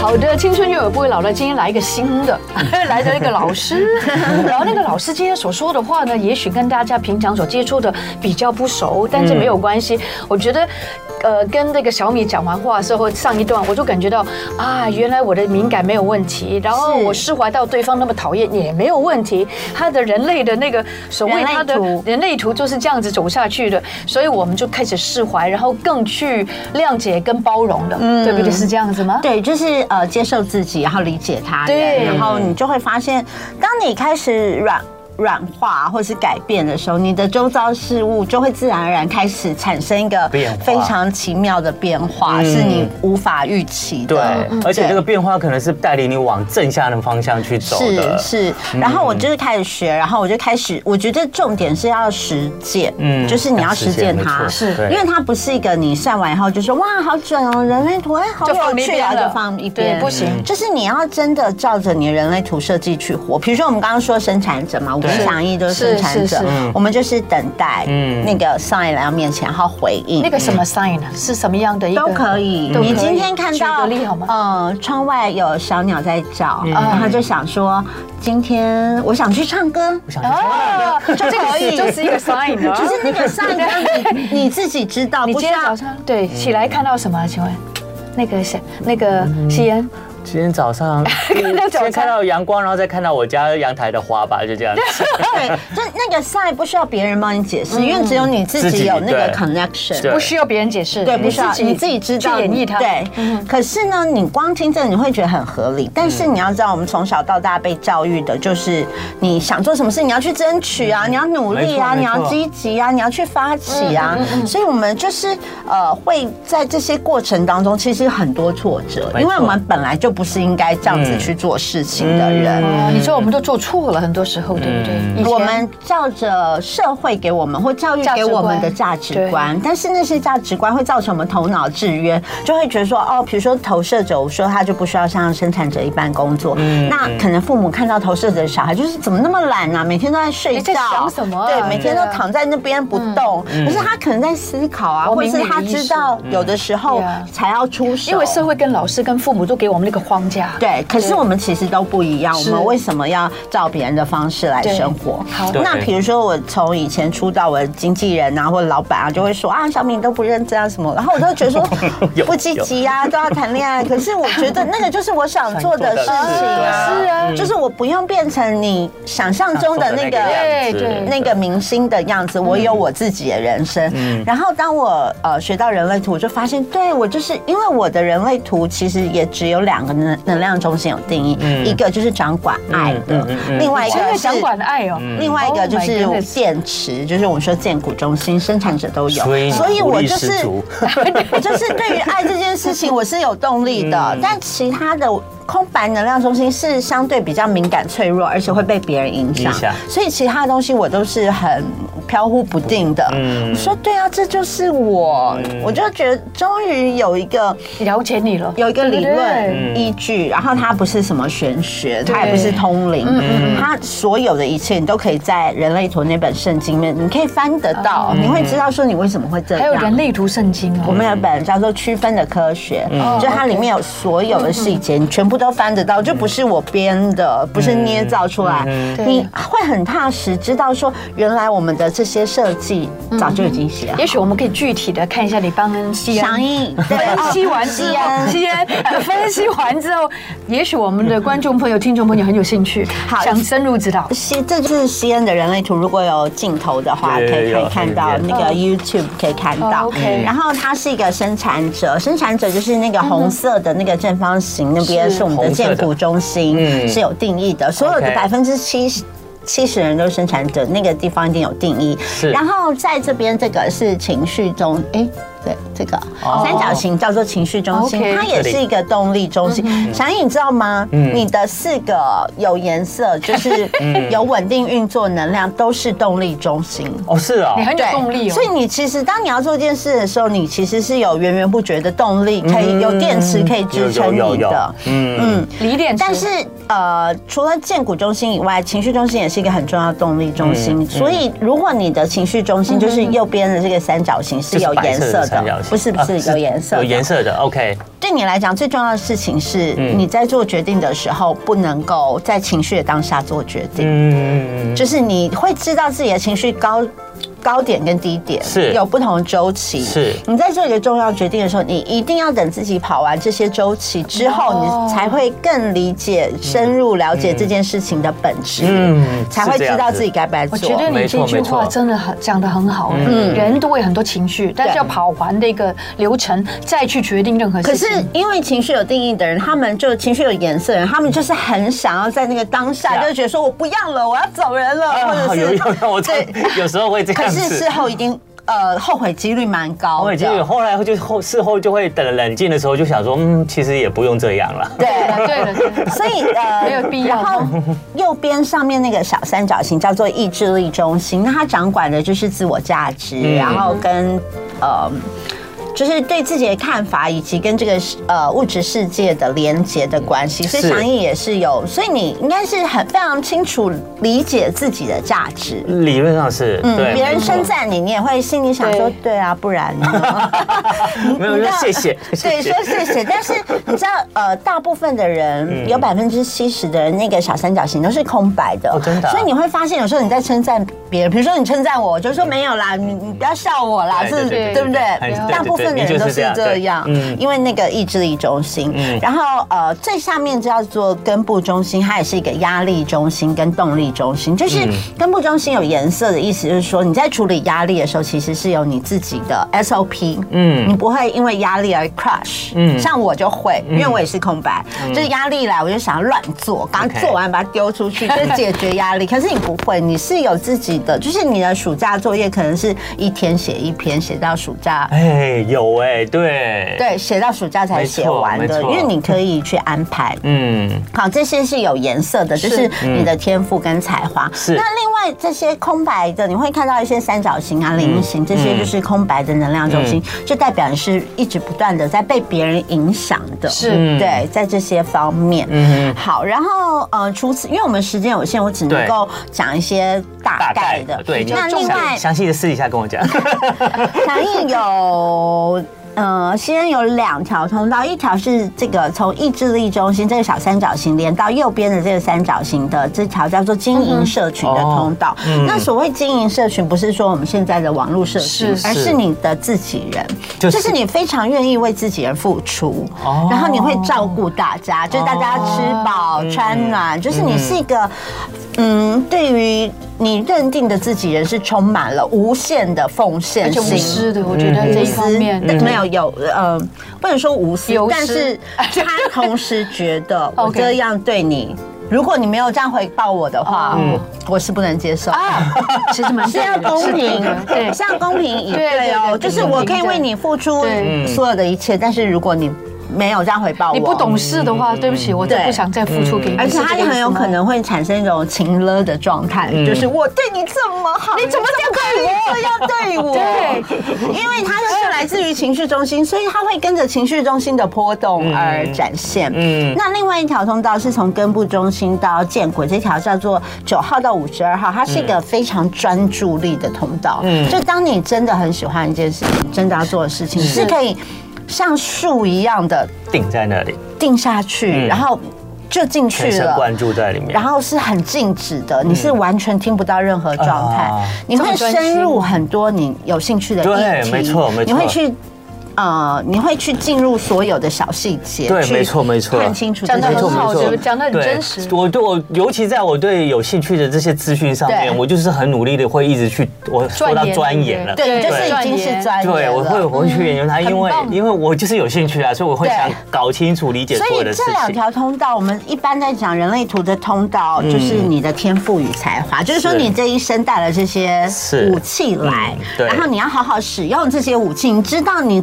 Speaker 2: 好的，青春永远不会老了。今天来一个新的， 来的一个老师，然后那个老师今天所说的话呢，也许跟大家平常所接触的比较不熟，但是没有关系。我觉得，呃，跟那个小米讲完话之后，上一段我就感觉到啊，原来我的敏感没有问题，然后
Speaker 4: 是
Speaker 2: 我释怀到对方那么讨厌也没有问题。他的人类的那个所谓
Speaker 4: 人类
Speaker 2: 他的
Speaker 4: 图
Speaker 2: 人类图就是这样子走下去的，所以我们就开始释怀，然后更去谅解跟包容了，对不对？是这样子吗？
Speaker 4: 嗯对，就是呃，接受自己，然后理解他
Speaker 2: 对
Speaker 4: 人，然后你就会发现，当你开始软软化或是改变的时候，你的周遭事物就会自然而然开始产生一个
Speaker 3: 变化
Speaker 4: 非常奇妙的变化，
Speaker 3: 嗯
Speaker 4: 是你无法预期
Speaker 3: 对
Speaker 4: 的。，
Speaker 3: 而且这个变化可能是带领你往正向的方向去走的。
Speaker 4: 是是，然后我就是开始学，然后我就开始，我觉得重点是要实践，
Speaker 3: 嗯
Speaker 4: 嗯，就是你要实
Speaker 3: 要实践
Speaker 4: 践
Speaker 3: 没
Speaker 4: 它，
Speaker 3: 错是对
Speaker 4: 因为它不是一个你算完以后就说哇好准哦，人类图哎好
Speaker 2: 就放
Speaker 4: 有
Speaker 2: 一
Speaker 4: 趣
Speaker 2: 边
Speaker 4: 啊，
Speaker 2: 了
Speaker 4: 就放一边，
Speaker 2: 对不行嗯
Speaker 4: 就是你要真的照着你的人类图设计去活。比如说我们刚刚说生产者嘛，五十想一都是
Speaker 2: 是
Speaker 4: 生产
Speaker 2: 是
Speaker 4: 者
Speaker 2: 是嗯，
Speaker 4: 我们就是等待
Speaker 3: 嗯
Speaker 4: 那个上一来到面前，然后回应
Speaker 2: 那个什么 sign 呢？是什么样的一个？
Speaker 4: 都可以。
Speaker 3: 嗯
Speaker 2: 都可以
Speaker 4: 你今天看
Speaker 2: 举
Speaker 4: 到
Speaker 2: 个例好吗
Speaker 4: 呃，窗外有小鸟在
Speaker 3: 嗯
Speaker 4: 叫，然后就想说，今天我想去唱歌。
Speaker 3: 我想说，
Speaker 2: 啊，就这
Speaker 4: 可
Speaker 2: 个
Speaker 4: 以
Speaker 2: 就是一个 sign 啊
Speaker 4: 就是那个上一张，你你自己知道，
Speaker 2: 你
Speaker 4: 不
Speaker 2: 今
Speaker 4: 需
Speaker 2: 天
Speaker 4: 要
Speaker 2: 早上对起来看到什么？啊请问？那个小那个吸烟，
Speaker 3: 今天早 上
Speaker 2: 到早餐
Speaker 3: 先看到阳光，然后再看到我家阳台的花吧，就这样子。
Speaker 4: 对，就那个 sign 不需要别人帮你解
Speaker 2: 嗯
Speaker 4: 释，因为只有你自
Speaker 3: 自己
Speaker 4: 己有那个
Speaker 3: 对
Speaker 4: connection
Speaker 3: 对。
Speaker 2: 不需要别人解释，
Speaker 4: 对，不需要你自己知道，
Speaker 2: 去演绎它。
Speaker 4: 对，可是呢，你光听这个你会觉得很合理，但是你要知道，我们从小到大被教育的就是，你想做什么事，你要去争取啊，你要努力啊，
Speaker 3: 没错
Speaker 4: 你要
Speaker 3: 没错
Speaker 4: 积极啊，你要去发起啊。所以我们就是呃，会在这些过程当中，其实很多挫折，
Speaker 3: 没错
Speaker 4: 因为我们本来就不是应该这样子
Speaker 3: 嗯
Speaker 4: 去做事情的人。
Speaker 2: 哦，你说我们都做错了，很多时候，对不对？以前
Speaker 4: 我们照着社会给我们或教育给我们的价值观，但是那些价值观会造成我们头脑制约，就会觉得说，哦，比如说投射者，我说他就不需要像生产者一般工作，
Speaker 2: 嗯
Speaker 4: 那可能父母看到投射者的小孩，就是怎么那么懒啊，每天都在睡
Speaker 2: 你在
Speaker 4: 觉，
Speaker 2: 想什么啊
Speaker 4: 对，每天都
Speaker 2: 对啊
Speaker 4: 躺在那边不动，可是他可能在思考啊，
Speaker 2: 我
Speaker 4: 或
Speaker 2: 明
Speaker 4: 是
Speaker 2: 明
Speaker 4: 他
Speaker 2: 有意识
Speaker 4: 知道有的时候
Speaker 2: 对啊
Speaker 4: 才要出手，
Speaker 2: 因为社会跟老师跟父母都给我们那个框架，
Speaker 4: 对，可是我们其实都不一样，我
Speaker 2: 是
Speaker 4: 们为什么要照别人的方式来
Speaker 2: 对
Speaker 4: 生活？
Speaker 2: 好
Speaker 3: 对
Speaker 4: 那比如说我从以前出道，我的经纪人啊或者老板啊就会说啊，小敏都不认真啊什么，然后我就觉得 说
Speaker 3: 有
Speaker 4: 不积极啊，都要谈恋爱。可是我觉得那个就是我想做的事情啊，
Speaker 2: 是啊，
Speaker 4: 就是我不用变成你想象 中的那个
Speaker 2: 对对
Speaker 4: 那个明星的样子，我有我自己的人生。然后当我呃学到人类图，我就发现，对我就是因为我的人类图其实也只有两个能能量中心有定义，一个就是掌管爱的
Speaker 3: 嗯嗯嗯，
Speaker 4: 另外一
Speaker 2: 真
Speaker 4: 个
Speaker 2: 的
Speaker 4: 哎是嗯
Speaker 2: 想管爱哦，
Speaker 4: 另外一个就
Speaker 2: Oh my
Speaker 4: 是
Speaker 2: goodness
Speaker 4: 电池，就是我们说建股中心生产者都有，
Speaker 3: 所以你活
Speaker 4: 我
Speaker 3: 力
Speaker 4: 就
Speaker 3: 十
Speaker 4: 是
Speaker 3: 足
Speaker 4: 我就是 对于爱这件事情我是有动力的，但其他的空白能量中心是相对比较敏感脆弱，而且会被别人影响
Speaker 3: 影响，
Speaker 4: 所以其他的东西我都是很飘忽不定的。我说对啊，这就是我，我就觉得终于有一个。
Speaker 2: 了解你了，
Speaker 4: 有一个理
Speaker 2: 对对
Speaker 4: 论依嗯据，然后它不是什么玄学，它也不是通灵，
Speaker 2: 嗯
Speaker 4: 它所有的一切你都可以在人类图那本圣经里面，你可以翻得到，你会知道说你为什么会这
Speaker 2: 嗯还有
Speaker 4: 样。
Speaker 2: 人类图嗯圣经
Speaker 4: 我
Speaker 2: 哦，
Speaker 4: 们有本叫做《区分的科学》，就它里面有所有的细
Speaker 2: 嗯
Speaker 4: 节，你全部都翻得到，就不是我
Speaker 2: 嗯
Speaker 4: 编的，不是捏造出来，你会很踏实，知道说原来我们的这这些设计早就已经写好。
Speaker 2: 也许我们可以具体的看一下你帮恩西安
Speaker 4: 响 应
Speaker 2: 分析完之
Speaker 4: 哦西
Speaker 2: 后，
Speaker 4: 安
Speaker 2: 西啊安呃分析完之后，也许我们的观众朋友、听众朋友很有兴趣，
Speaker 4: 好
Speaker 2: 想深入知道。
Speaker 4: 西，这就是西恩的人类图。如果有镜头的话，可
Speaker 3: 对
Speaker 4: 以可以
Speaker 3: 有
Speaker 4: 看到那个 YouTube 可以看到。
Speaker 2: 哦，OK 嗯
Speaker 3: 嗯
Speaker 4: 然后他是一个生产者，生产者就是那个红色的那个正方形那边
Speaker 2: 是
Speaker 4: 是我们的
Speaker 3: 红色
Speaker 4: 建
Speaker 3: 的
Speaker 4: 股中心，
Speaker 3: 嗯
Speaker 4: 是有定义的。所有的
Speaker 3: OK
Speaker 4: 百分之七十。七十人都是生产者，那个地方一定有定义。
Speaker 3: 是
Speaker 4: 然后在这边这个是情绪中，哎，对，这个
Speaker 3: 哦
Speaker 4: 三角形叫做情绪中心，
Speaker 2: 哦 OK
Speaker 4: 它也是一个动力中心。小颖，你知道吗？
Speaker 3: 嗯
Speaker 4: 你的四个有颜色，就是 有稳定运作能量，都是动力中心。
Speaker 3: 哦，是哦
Speaker 2: 你，很有动力哦，
Speaker 4: 所以你其实当你要做一件事的时候，你其实是有源源不绝的动力，可以有电池可以支
Speaker 3: 嗯
Speaker 4: 撑
Speaker 3: 有有
Speaker 4: 你
Speaker 3: 有
Speaker 4: 的
Speaker 3: 有。嗯，
Speaker 4: 嗯，
Speaker 2: 理点
Speaker 4: 但是呃，除了建股中心以外，情绪中心也是一个很重要的动力中心。
Speaker 3: 嗯嗯嗯
Speaker 4: 所以，如果你的情绪中心就是右边的这个三角形是
Speaker 3: 就是
Speaker 4: 有
Speaker 3: 白
Speaker 4: 颜色
Speaker 3: 三角
Speaker 4: 的
Speaker 3: 形，
Speaker 4: 不是不
Speaker 3: 啊
Speaker 4: 是有颜色，
Speaker 3: 有颜。色的，OK，
Speaker 4: 对你来讲，最重要的事情是
Speaker 3: 嗯
Speaker 4: 你在做决定的时候，不能够在情绪的当下做决定，
Speaker 3: 嗯，
Speaker 4: 就是你会知道自己的情绪高。高点跟低点
Speaker 3: 是
Speaker 4: 有不同的周期，
Speaker 3: 是
Speaker 4: 你在做一个重要决定的时候，你一定要等自己跑完这些周期之后，
Speaker 2: 哦
Speaker 4: 你才会更理解、深入了解这件事情的本质，
Speaker 3: 嗯
Speaker 4: 才会
Speaker 3: 是这
Speaker 4: 知
Speaker 3: 样
Speaker 4: 道
Speaker 3: 子
Speaker 4: 自己该不该
Speaker 2: 我
Speaker 4: 做。
Speaker 2: 觉得你
Speaker 3: 没
Speaker 2: 这
Speaker 3: 错
Speaker 2: 句
Speaker 3: 没
Speaker 2: 话
Speaker 3: 错
Speaker 2: 真的很讲得很好，嗯，人都会很多情绪，但是
Speaker 4: 对
Speaker 2: 要跑完的一个流程，再去决定任何
Speaker 4: 可
Speaker 2: 事
Speaker 4: 是
Speaker 2: 情。
Speaker 4: 因为情绪有定义的人，他们就情绪有颜色的人，他们就是很想要在那个当下，
Speaker 3: Yeah.
Speaker 4: 就觉得说我不要了，我要走人了，或
Speaker 3: 啊，
Speaker 4: 者
Speaker 3: 有
Speaker 4: 是
Speaker 3: 有有，我这
Speaker 4: 对，
Speaker 3: 有时候会这
Speaker 4: 可
Speaker 3: 样
Speaker 4: 是
Speaker 3: 子
Speaker 4: 事。后一定呃后悔几率蛮高
Speaker 3: 我
Speaker 4: 的，
Speaker 3: 已经有，后来就后事后就会等冷静的时候就想说，嗯，其实也不用这样了。
Speaker 4: 对。
Speaker 2: 对了，对了，
Speaker 4: 所以呃
Speaker 2: 没有必要
Speaker 4: 然后右边上面那个小三角形叫做意志力中心，那它掌管的就是自我价值，
Speaker 3: 嗯
Speaker 4: 然后跟呃。就是对自己的看法，以及跟这个世呃物质世界的连接的关系，所以
Speaker 3: 是
Speaker 4: 想义也是有，所以你应该是很非常清楚理解自己的价值。
Speaker 3: 理论上是，
Speaker 4: 嗯，
Speaker 3: 对，
Speaker 4: 别人
Speaker 3: 没错
Speaker 4: 称赞你，你也会心里想说
Speaker 2: 对，
Speaker 4: 对啊，不然呢
Speaker 3: 没有
Speaker 4: 你
Speaker 3: 说
Speaker 4: 知道
Speaker 3: 谢谢，
Speaker 4: 对，
Speaker 3: 谢谢
Speaker 4: 说谢谢。但是你知道，呃，大部分的人
Speaker 3: 嗯
Speaker 4: 有百分之七十的人那个小三角形都是空白的，
Speaker 3: 哦真的啊
Speaker 4: 所以你会发现，有时候你在称赞别人，比如说你称赞我，我就说没有啦，你你不要笑我啦，
Speaker 3: 对对
Speaker 4: 是，
Speaker 2: 对
Speaker 4: 对不对
Speaker 3: 对
Speaker 2: 对？
Speaker 4: 大部分的人都是这样
Speaker 3: 对对对对，嗯
Speaker 4: 因为那个意志力中心
Speaker 3: 嗯。
Speaker 4: 然后呃，最下面叫做根部中心，它也是一个压力中心跟动力中心。就是
Speaker 3: 嗯
Speaker 4: 根部中心有颜色的意思，就是说你在处理压力的时候，其实是有你自己的 SOP。
Speaker 3: 嗯
Speaker 4: 你不会因为压力而 crush，
Speaker 3: 嗯
Speaker 4: 像我就会，因为我也是空白，就是压力来我就想要乱做，刚
Speaker 3: OK
Speaker 4: 做完把它丢出去，就是解决 压力。可是你不会，你是有自己的，就是你的暑假作业可能是一天写一篇，写到暑假。
Speaker 3: 哎，有哎，对，，
Speaker 4: 对，写到暑假才写完
Speaker 3: 没
Speaker 4: 的，
Speaker 3: 错没
Speaker 4: 因
Speaker 3: 错
Speaker 4: 为你可以去安排。
Speaker 3: 嗯，
Speaker 4: 好，这些是有颜色的，就是你的天赋跟才华。
Speaker 3: 是
Speaker 4: 那另外这些空白的，你会看到一些三角形啊、菱形，
Speaker 3: 嗯
Speaker 4: 这些就是空白的能量中心，就代表你是一直不断的在被别人影响的。
Speaker 2: 是
Speaker 3: 嗯
Speaker 4: 对，在这些方面。
Speaker 3: 嗯
Speaker 4: 好，然后呃，除此，因为我们时间有限，我只能
Speaker 3: 对
Speaker 4: 够讲一些大
Speaker 3: 大
Speaker 4: 概
Speaker 3: 概
Speaker 4: 的
Speaker 3: 的，。对，
Speaker 4: 那
Speaker 3: 你
Speaker 4: 另外
Speaker 3: 详详细的私底下跟我 讲。
Speaker 4: 响应有。 呃，先有两条通道，一条是这个从意志力中心这个小三角形连到右边的这个三角形的这条叫做经营社群的通道。
Speaker 3: 嗯
Speaker 4: 那所谓经营社群，不是说我们现在的网络社群，
Speaker 2: 是
Speaker 4: 而
Speaker 3: 是
Speaker 4: 是你的自己人，
Speaker 3: 就是
Speaker 4: 就是你非常愿意为自己人付出，
Speaker 3: 哦
Speaker 4: 然后你会照顾大
Speaker 2: 哦
Speaker 4: 家，就是大家吃饱、
Speaker 2: 嗯
Speaker 4: 穿暖，就是你是一个。嗯，对于你认定的自己人是充满了无限的奉
Speaker 2: 而
Speaker 4: 献
Speaker 2: 且无
Speaker 4: 心，
Speaker 2: 私的，我觉得这
Speaker 4: 嗯
Speaker 2: 一方面，
Speaker 4: 对没有有呃，不能说无私
Speaker 2: 有，
Speaker 4: 但
Speaker 2: 私
Speaker 4: 是 他同时觉得我
Speaker 2: OK
Speaker 4: 这样对你，如果你没有这样回报我的话，我是不能接受。
Speaker 2: 嗯啊，其实蛮
Speaker 4: 是要公
Speaker 2: 是
Speaker 4: 平
Speaker 2: 的，对，
Speaker 4: 是要公平以
Speaker 2: 对
Speaker 4: 对
Speaker 2: 对
Speaker 4: 哦，
Speaker 2: 对
Speaker 4: 就是
Speaker 2: 公平
Speaker 4: 我可以
Speaker 2: 对
Speaker 4: 为你付出
Speaker 2: 对
Speaker 4: 所有的一切，但是如果你没有这样回报我，
Speaker 2: 你不懂事的话，对不起，我就
Speaker 4: 对嗯
Speaker 2: 不想再付出给你，
Speaker 4: 而且
Speaker 2: 是
Speaker 4: 他
Speaker 2: 这个意思
Speaker 4: 很有
Speaker 2: 吗
Speaker 4: 可。能会产生一种情勒的状态，就是我对你这么好，你怎么这样对我？这样对我？对，因为他就是来自于情绪中心，所以他会跟着情绪中心的波动而展现。嗯
Speaker 3: 嗯，
Speaker 4: 那另外一条通道是从根部中心到建国这条叫做九号到五十二号，它是一个非常专注力的通道。
Speaker 3: 嗯
Speaker 4: 嗯，就当你真的很喜欢一件事情，真的要做的事情，是可以像树一样的
Speaker 3: 顶在那里，
Speaker 4: 定下去，
Speaker 3: 嗯
Speaker 4: 然后。就进去
Speaker 3: 全神
Speaker 4: 了。
Speaker 3: 贯注在里面。嗯
Speaker 4: 啊然后是很静止的，你是完全听不到任何状态
Speaker 3: 啊，
Speaker 4: 你会深入很多你有兴趣的议
Speaker 3: 对
Speaker 4: 题，
Speaker 3: 没错没错
Speaker 4: 你会去。呃，你会去进入所有的小细节，
Speaker 3: 对
Speaker 4: 去
Speaker 3: 没错没错
Speaker 4: 看清楚这
Speaker 2: 讲
Speaker 4: 些
Speaker 2: 得
Speaker 4: 东西。
Speaker 2: 很好
Speaker 3: 没错
Speaker 2: 我觉得
Speaker 3: 没错
Speaker 2: 讲得很
Speaker 3: 对
Speaker 2: 真实
Speaker 3: 我对我尤其在我对有兴趣的这些资讯上面，
Speaker 4: 对
Speaker 3: 我就是很努力的会一直去我说到
Speaker 2: 钻研
Speaker 3: 钻研了。
Speaker 2: 对
Speaker 4: 对，你就是
Speaker 2: 对
Speaker 4: 已经是专业了。嗯
Speaker 3: 对，我会我会去研究它，因为
Speaker 2: 很棒
Speaker 3: 因为我就是有兴趣啊，所以我会
Speaker 4: 对
Speaker 3: 想搞清楚、理解
Speaker 4: 所
Speaker 3: 所有
Speaker 4: 以
Speaker 3: 的事
Speaker 4: 这两
Speaker 3: 情。
Speaker 4: 条通道，我们一般在讲人类图的通道，就是你的天赋与才华，就是说
Speaker 3: 嗯是
Speaker 4: 你这一生带了这些
Speaker 3: 是
Speaker 4: 武器来
Speaker 3: 嗯，对
Speaker 4: 然后你要好好使用这些武器，你知道你。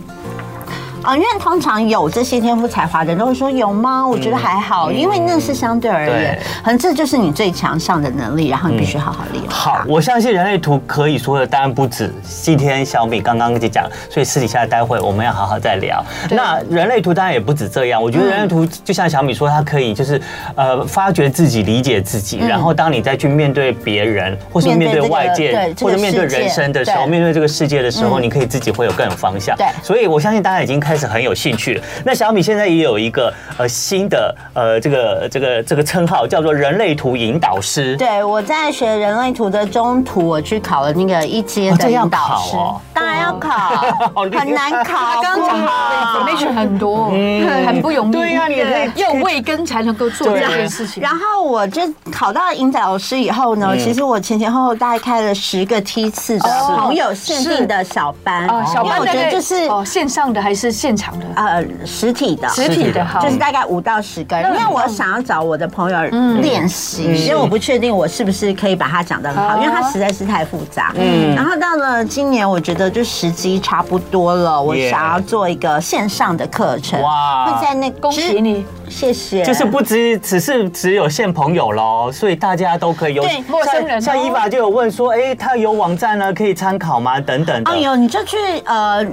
Speaker 4: 啊，因为通常有这些天赋才华的人都会说有吗？我觉得还好，因为那是相对而言
Speaker 3: 嗯对，嗯
Speaker 4: 可能这就是你最强项的能力，然后你必须好好利用。
Speaker 3: 好，，我相信人类图可以说的当然不止今天小米刚刚就讲，所以私底下待会我们要好好再聊。那人类图当然也不止这样，我觉得人类图
Speaker 4: 嗯
Speaker 3: 就像小米说，它可以就是呃发掘自己、理解自己，然后当你再去面对别人，或是面
Speaker 4: 嗯面对
Speaker 3: 对
Speaker 4: 这个
Speaker 3: 外界
Speaker 4: 对，这个
Speaker 3: 或者面对
Speaker 4: 世界
Speaker 3: 人生的时候，
Speaker 4: 对嗯
Speaker 3: 面对这个世界的时候，你可以自己会有更有方向。
Speaker 4: 对
Speaker 3: 所以我相信大家已经开始很有兴趣了。那小米现在也有一个呃新的呃这个这个这个称号叫做人类图引导师。
Speaker 4: 对，我在学人类图的中途，我去考了那个一阶
Speaker 3: 哦
Speaker 4: 的
Speaker 3: 这要
Speaker 4: 引导
Speaker 3: 考
Speaker 4: 师
Speaker 3: 哦，
Speaker 4: 当然要 考，
Speaker 3: 厉害
Speaker 4: 很难考。
Speaker 2: 他哦刚刚讲
Speaker 4: 不
Speaker 2: 的
Speaker 4: 好
Speaker 2: information 很多，
Speaker 4: 嗯
Speaker 2: 很不容易。
Speaker 4: 啊
Speaker 3: 对呀你也可以
Speaker 2: 要喂根才能够做这件事情。嗯
Speaker 4: 然后我就考到引导师以后呢，其实我前前后后大概开了十个梯次的
Speaker 2: 哦
Speaker 4: 朋友限定的小班，
Speaker 2: 哦，小
Speaker 4: 因为
Speaker 2: 班
Speaker 4: 我
Speaker 2: 大
Speaker 4: 觉
Speaker 2: 概
Speaker 4: 得就是
Speaker 2: 哦，线上的还是现场的？
Speaker 4: 呃实体的，
Speaker 2: 实体的好
Speaker 4: 就是大概五到十个人，因为我想要找我的朋友练习，因为我不确定我是不是可以把它讲得很好，
Speaker 2: 哦
Speaker 4: 因为它实在是太复杂。嗯，然后到了今年，我觉得就时机差不多了，我
Speaker 3: Yeah
Speaker 4: 想要做一个线上的课程，
Speaker 3: 哇
Speaker 4: 会在那
Speaker 2: 恭喜，你，
Speaker 4: 谢谢，
Speaker 3: 就是不只只是只有限朋友喽，所以大家都可以有
Speaker 4: 对
Speaker 3: 像
Speaker 2: 陌生人哦
Speaker 3: 像伊娃就有问说，哎，他有网站呢，可以参考吗？等等的
Speaker 4: 哦，。有你就去呃。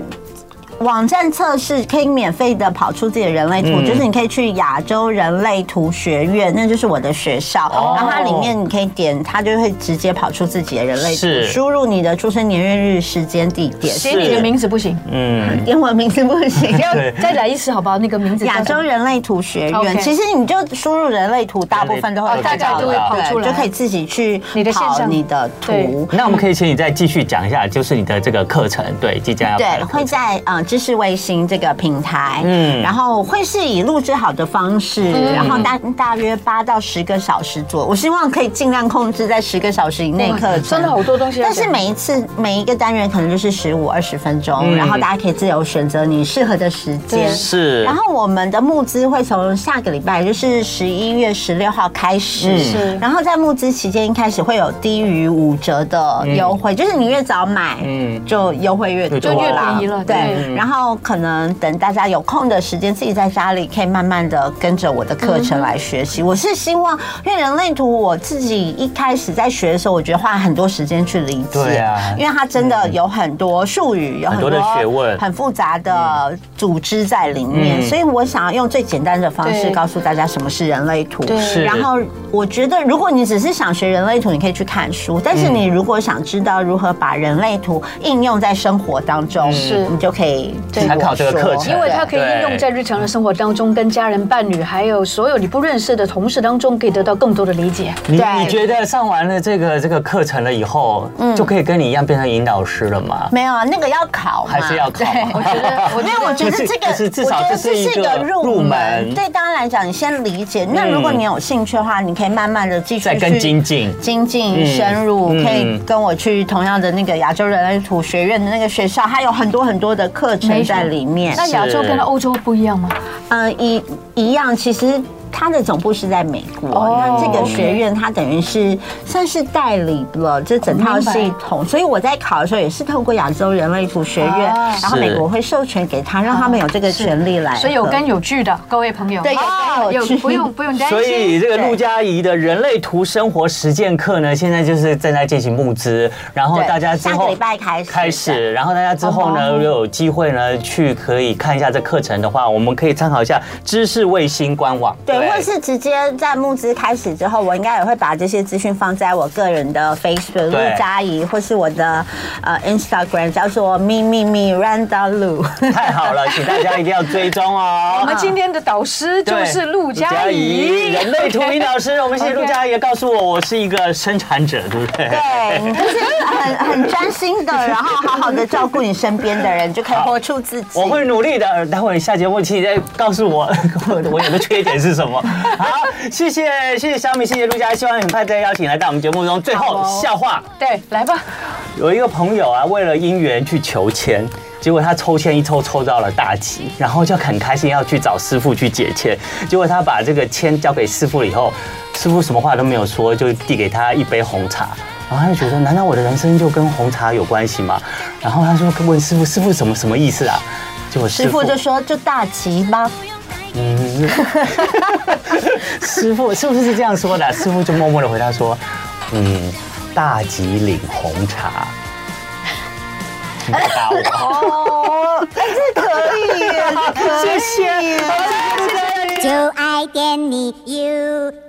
Speaker 4: 网站测试可以免费的跑出自己的人类图，
Speaker 3: 嗯
Speaker 4: 就是你可以去亚洲人类图学院，那就是我的学校，然后它里面你可以点，它就会直接跑出自己的人类图，
Speaker 3: 是
Speaker 4: 输入你的出生年月日、时间、地点，
Speaker 2: 写你的名字不行，
Speaker 3: 嗯，
Speaker 4: 点我名字不行。
Speaker 2: 要
Speaker 3: 对
Speaker 2: 再来一次好不好？那个名字叫
Speaker 4: 嗯亚洲人类图学
Speaker 2: OK
Speaker 4: 院，其实你就输入人类图，大部分都会
Speaker 3: 哦大概都会
Speaker 4: 跑
Speaker 3: 跑
Speaker 4: 出来
Speaker 2: 出来
Speaker 4: 对就可以自己去
Speaker 2: 你的线
Speaker 4: 跑
Speaker 2: 上
Speaker 4: 你的
Speaker 2: 对
Speaker 4: 图。
Speaker 3: 那我们可以请你再继续讲一下，就是你的这个课程，对，即将要开
Speaker 4: 对，
Speaker 3: 的课
Speaker 4: 会
Speaker 3: 程
Speaker 4: 在呃知识卫星这个平台，
Speaker 3: 嗯
Speaker 4: 嗯，然后会是以录制好的方式，
Speaker 2: 嗯
Speaker 4: 然后大大约八到十个小时左右。我希望可以尽量控制在十个小时以内课程，
Speaker 2: 真的好多东西要
Speaker 4: 但
Speaker 2: 讲
Speaker 4: 是每一次每一个单元可能就是十五二十分钟，然后大家可以自由选择你适合的时间
Speaker 2: 嗯对。
Speaker 3: 是，
Speaker 4: 然后我们的募资会从下个礼拜，就是十一月十六号开始。
Speaker 3: 嗯
Speaker 2: 是
Speaker 4: 然后在募资期间，一开始会有低于五折的优惠，就是你越早买，
Speaker 3: 嗯
Speaker 4: 嗯，就优惠越多
Speaker 3: 就越
Speaker 4: 啦
Speaker 2: 便宜了对嗯
Speaker 4: 对，然后可能等大家有空的时间，自己在家里可以慢慢的跟着我的课程来学
Speaker 2: 嗯
Speaker 4: 习。我是希望，因为人类图我自己一开始在学的时候，我觉得花很多时间去理解，
Speaker 3: 对啊
Speaker 4: 因为它真的有很多术语，有
Speaker 3: 很多的学问
Speaker 4: 很复杂的组织在里面，
Speaker 3: 嗯
Speaker 4: 所以我想要用最简单的方式
Speaker 2: 对
Speaker 4: 告诉大家什么是人类图
Speaker 2: 对是。
Speaker 4: 然后我觉得，如果你只是想学人类图，你可以去看书；但
Speaker 2: 嗯
Speaker 4: 是你如果想知道如何把人类图应用在生活当中，
Speaker 2: 嗯是
Speaker 4: 你就可以
Speaker 2: 对
Speaker 3: 参考这个课程
Speaker 2: 因为它可以
Speaker 3: 对
Speaker 2: 应用在日常的生活当中，跟家人、伴侣，还有所有你不认识的同事当中，可以得到更多的理解。
Speaker 3: 你
Speaker 4: 对嗯
Speaker 3: 你觉得上完了这个这个课程了以后，就可以跟你一样变成引导师了吗？
Speaker 4: 没有啊，那个要考嘛，
Speaker 3: 还是要考
Speaker 4: 对
Speaker 2: 我觉得，我
Speaker 4: 因为我觉得这个，
Speaker 3: 可是至少
Speaker 4: 我觉得
Speaker 3: 这是一个入门嗯
Speaker 4: 对大家来讲，你先理解。那如果你有兴趣的话，你可以慢慢的继续
Speaker 3: 再更
Speaker 4: 去
Speaker 3: 精进
Speaker 4: 精进、
Speaker 3: 嗯
Speaker 4: 深入，
Speaker 3: 嗯
Speaker 4: 可以跟我去同样的那个亚洲人类图学院的那个学校，它有很多很多的课程在里面。
Speaker 2: 那亚洲跟欧洲不一样吗？
Speaker 4: 嗯，一一样，其实它的总部是在美国，那这个
Speaker 2: 哦
Speaker 4: 学院它等于是算是代理了这整套系统，所以我在考的时候也是透过亚洲人类图学院
Speaker 2: 哦，
Speaker 4: 然后
Speaker 3: 是
Speaker 4: 美国会授权给他，让他们有这个权利来。
Speaker 2: 所以有根有据的，各位朋友，
Speaker 4: 哎对有
Speaker 2: 啊
Speaker 4: 根有据
Speaker 2: 不用不用担心。
Speaker 3: 所以这个陆佳怡的人类图生活实践课呢，现在就是正在进行募资，然后
Speaker 4: 对
Speaker 3: 大家之
Speaker 4: 下
Speaker 3: 后
Speaker 4: 个礼拜开始
Speaker 3: 开始，然后大家之后呢，
Speaker 2: 哦
Speaker 3: 如果有机会呢去可以看一下这课程的话，我们可以参考一下知识卫星官网，
Speaker 4: 对，对，或是直接在募资开始之后，我应该也会把这些资讯放在我个人的
Speaker 3: 对
Speaker 4: Facebook 陆佳怡，或是我的呃 Instagram 叫做 me me me Randa Lu。
Speaker 3: 太好了，请大家一定要追踪哦。
Speaker 2: 我们今天的导师
Speaker 3: 对
Speaker 2: 就是陆佳怡，
Speaker 3: 人类图灵导师。我们谢谢陆 佳怡告诉我，我是一个生产者，对不对？
Speaker 4: 对，你就是很很专心的，然后好好的照顾你身边的人，就可以活出自己。
Speaker 3: 我会努力的。待会下节目请你再告诉我， 我我有个缺点是什么。好，谢谢谢谢小米，谢谢陆佳，希望很快再邀请来到我们节目中。最后
Speaker 2: 好哦
Speaker 3: 笑话，
Speaker 2: 对，来吧，
Speaker 3: 有一个朋友啊，为了姻缘去求签，结果他抽签一抽抽到了大吉，然后就很开心要去找师傅去解签。结果他把这个签交给师傅了以后，师傅什么话都没有说，就递给他一杯红茶。然后他就觉得，难道我的人生就跟红茶有关系吗？然后他就问师傅，师傅什么什么意思啊？结果
Speaker 4: 师傅就说就大吉吧，
Speaker 3: 嗯， 师傅是不是这样说的啊、师傅就默默的回答说：“嗯，大吉岭红茶。”你打我，哦哎
Speaker 4: 可以耶，
Speaker 3: 谢谢。
Speaker 5: 就爱点你 UFO。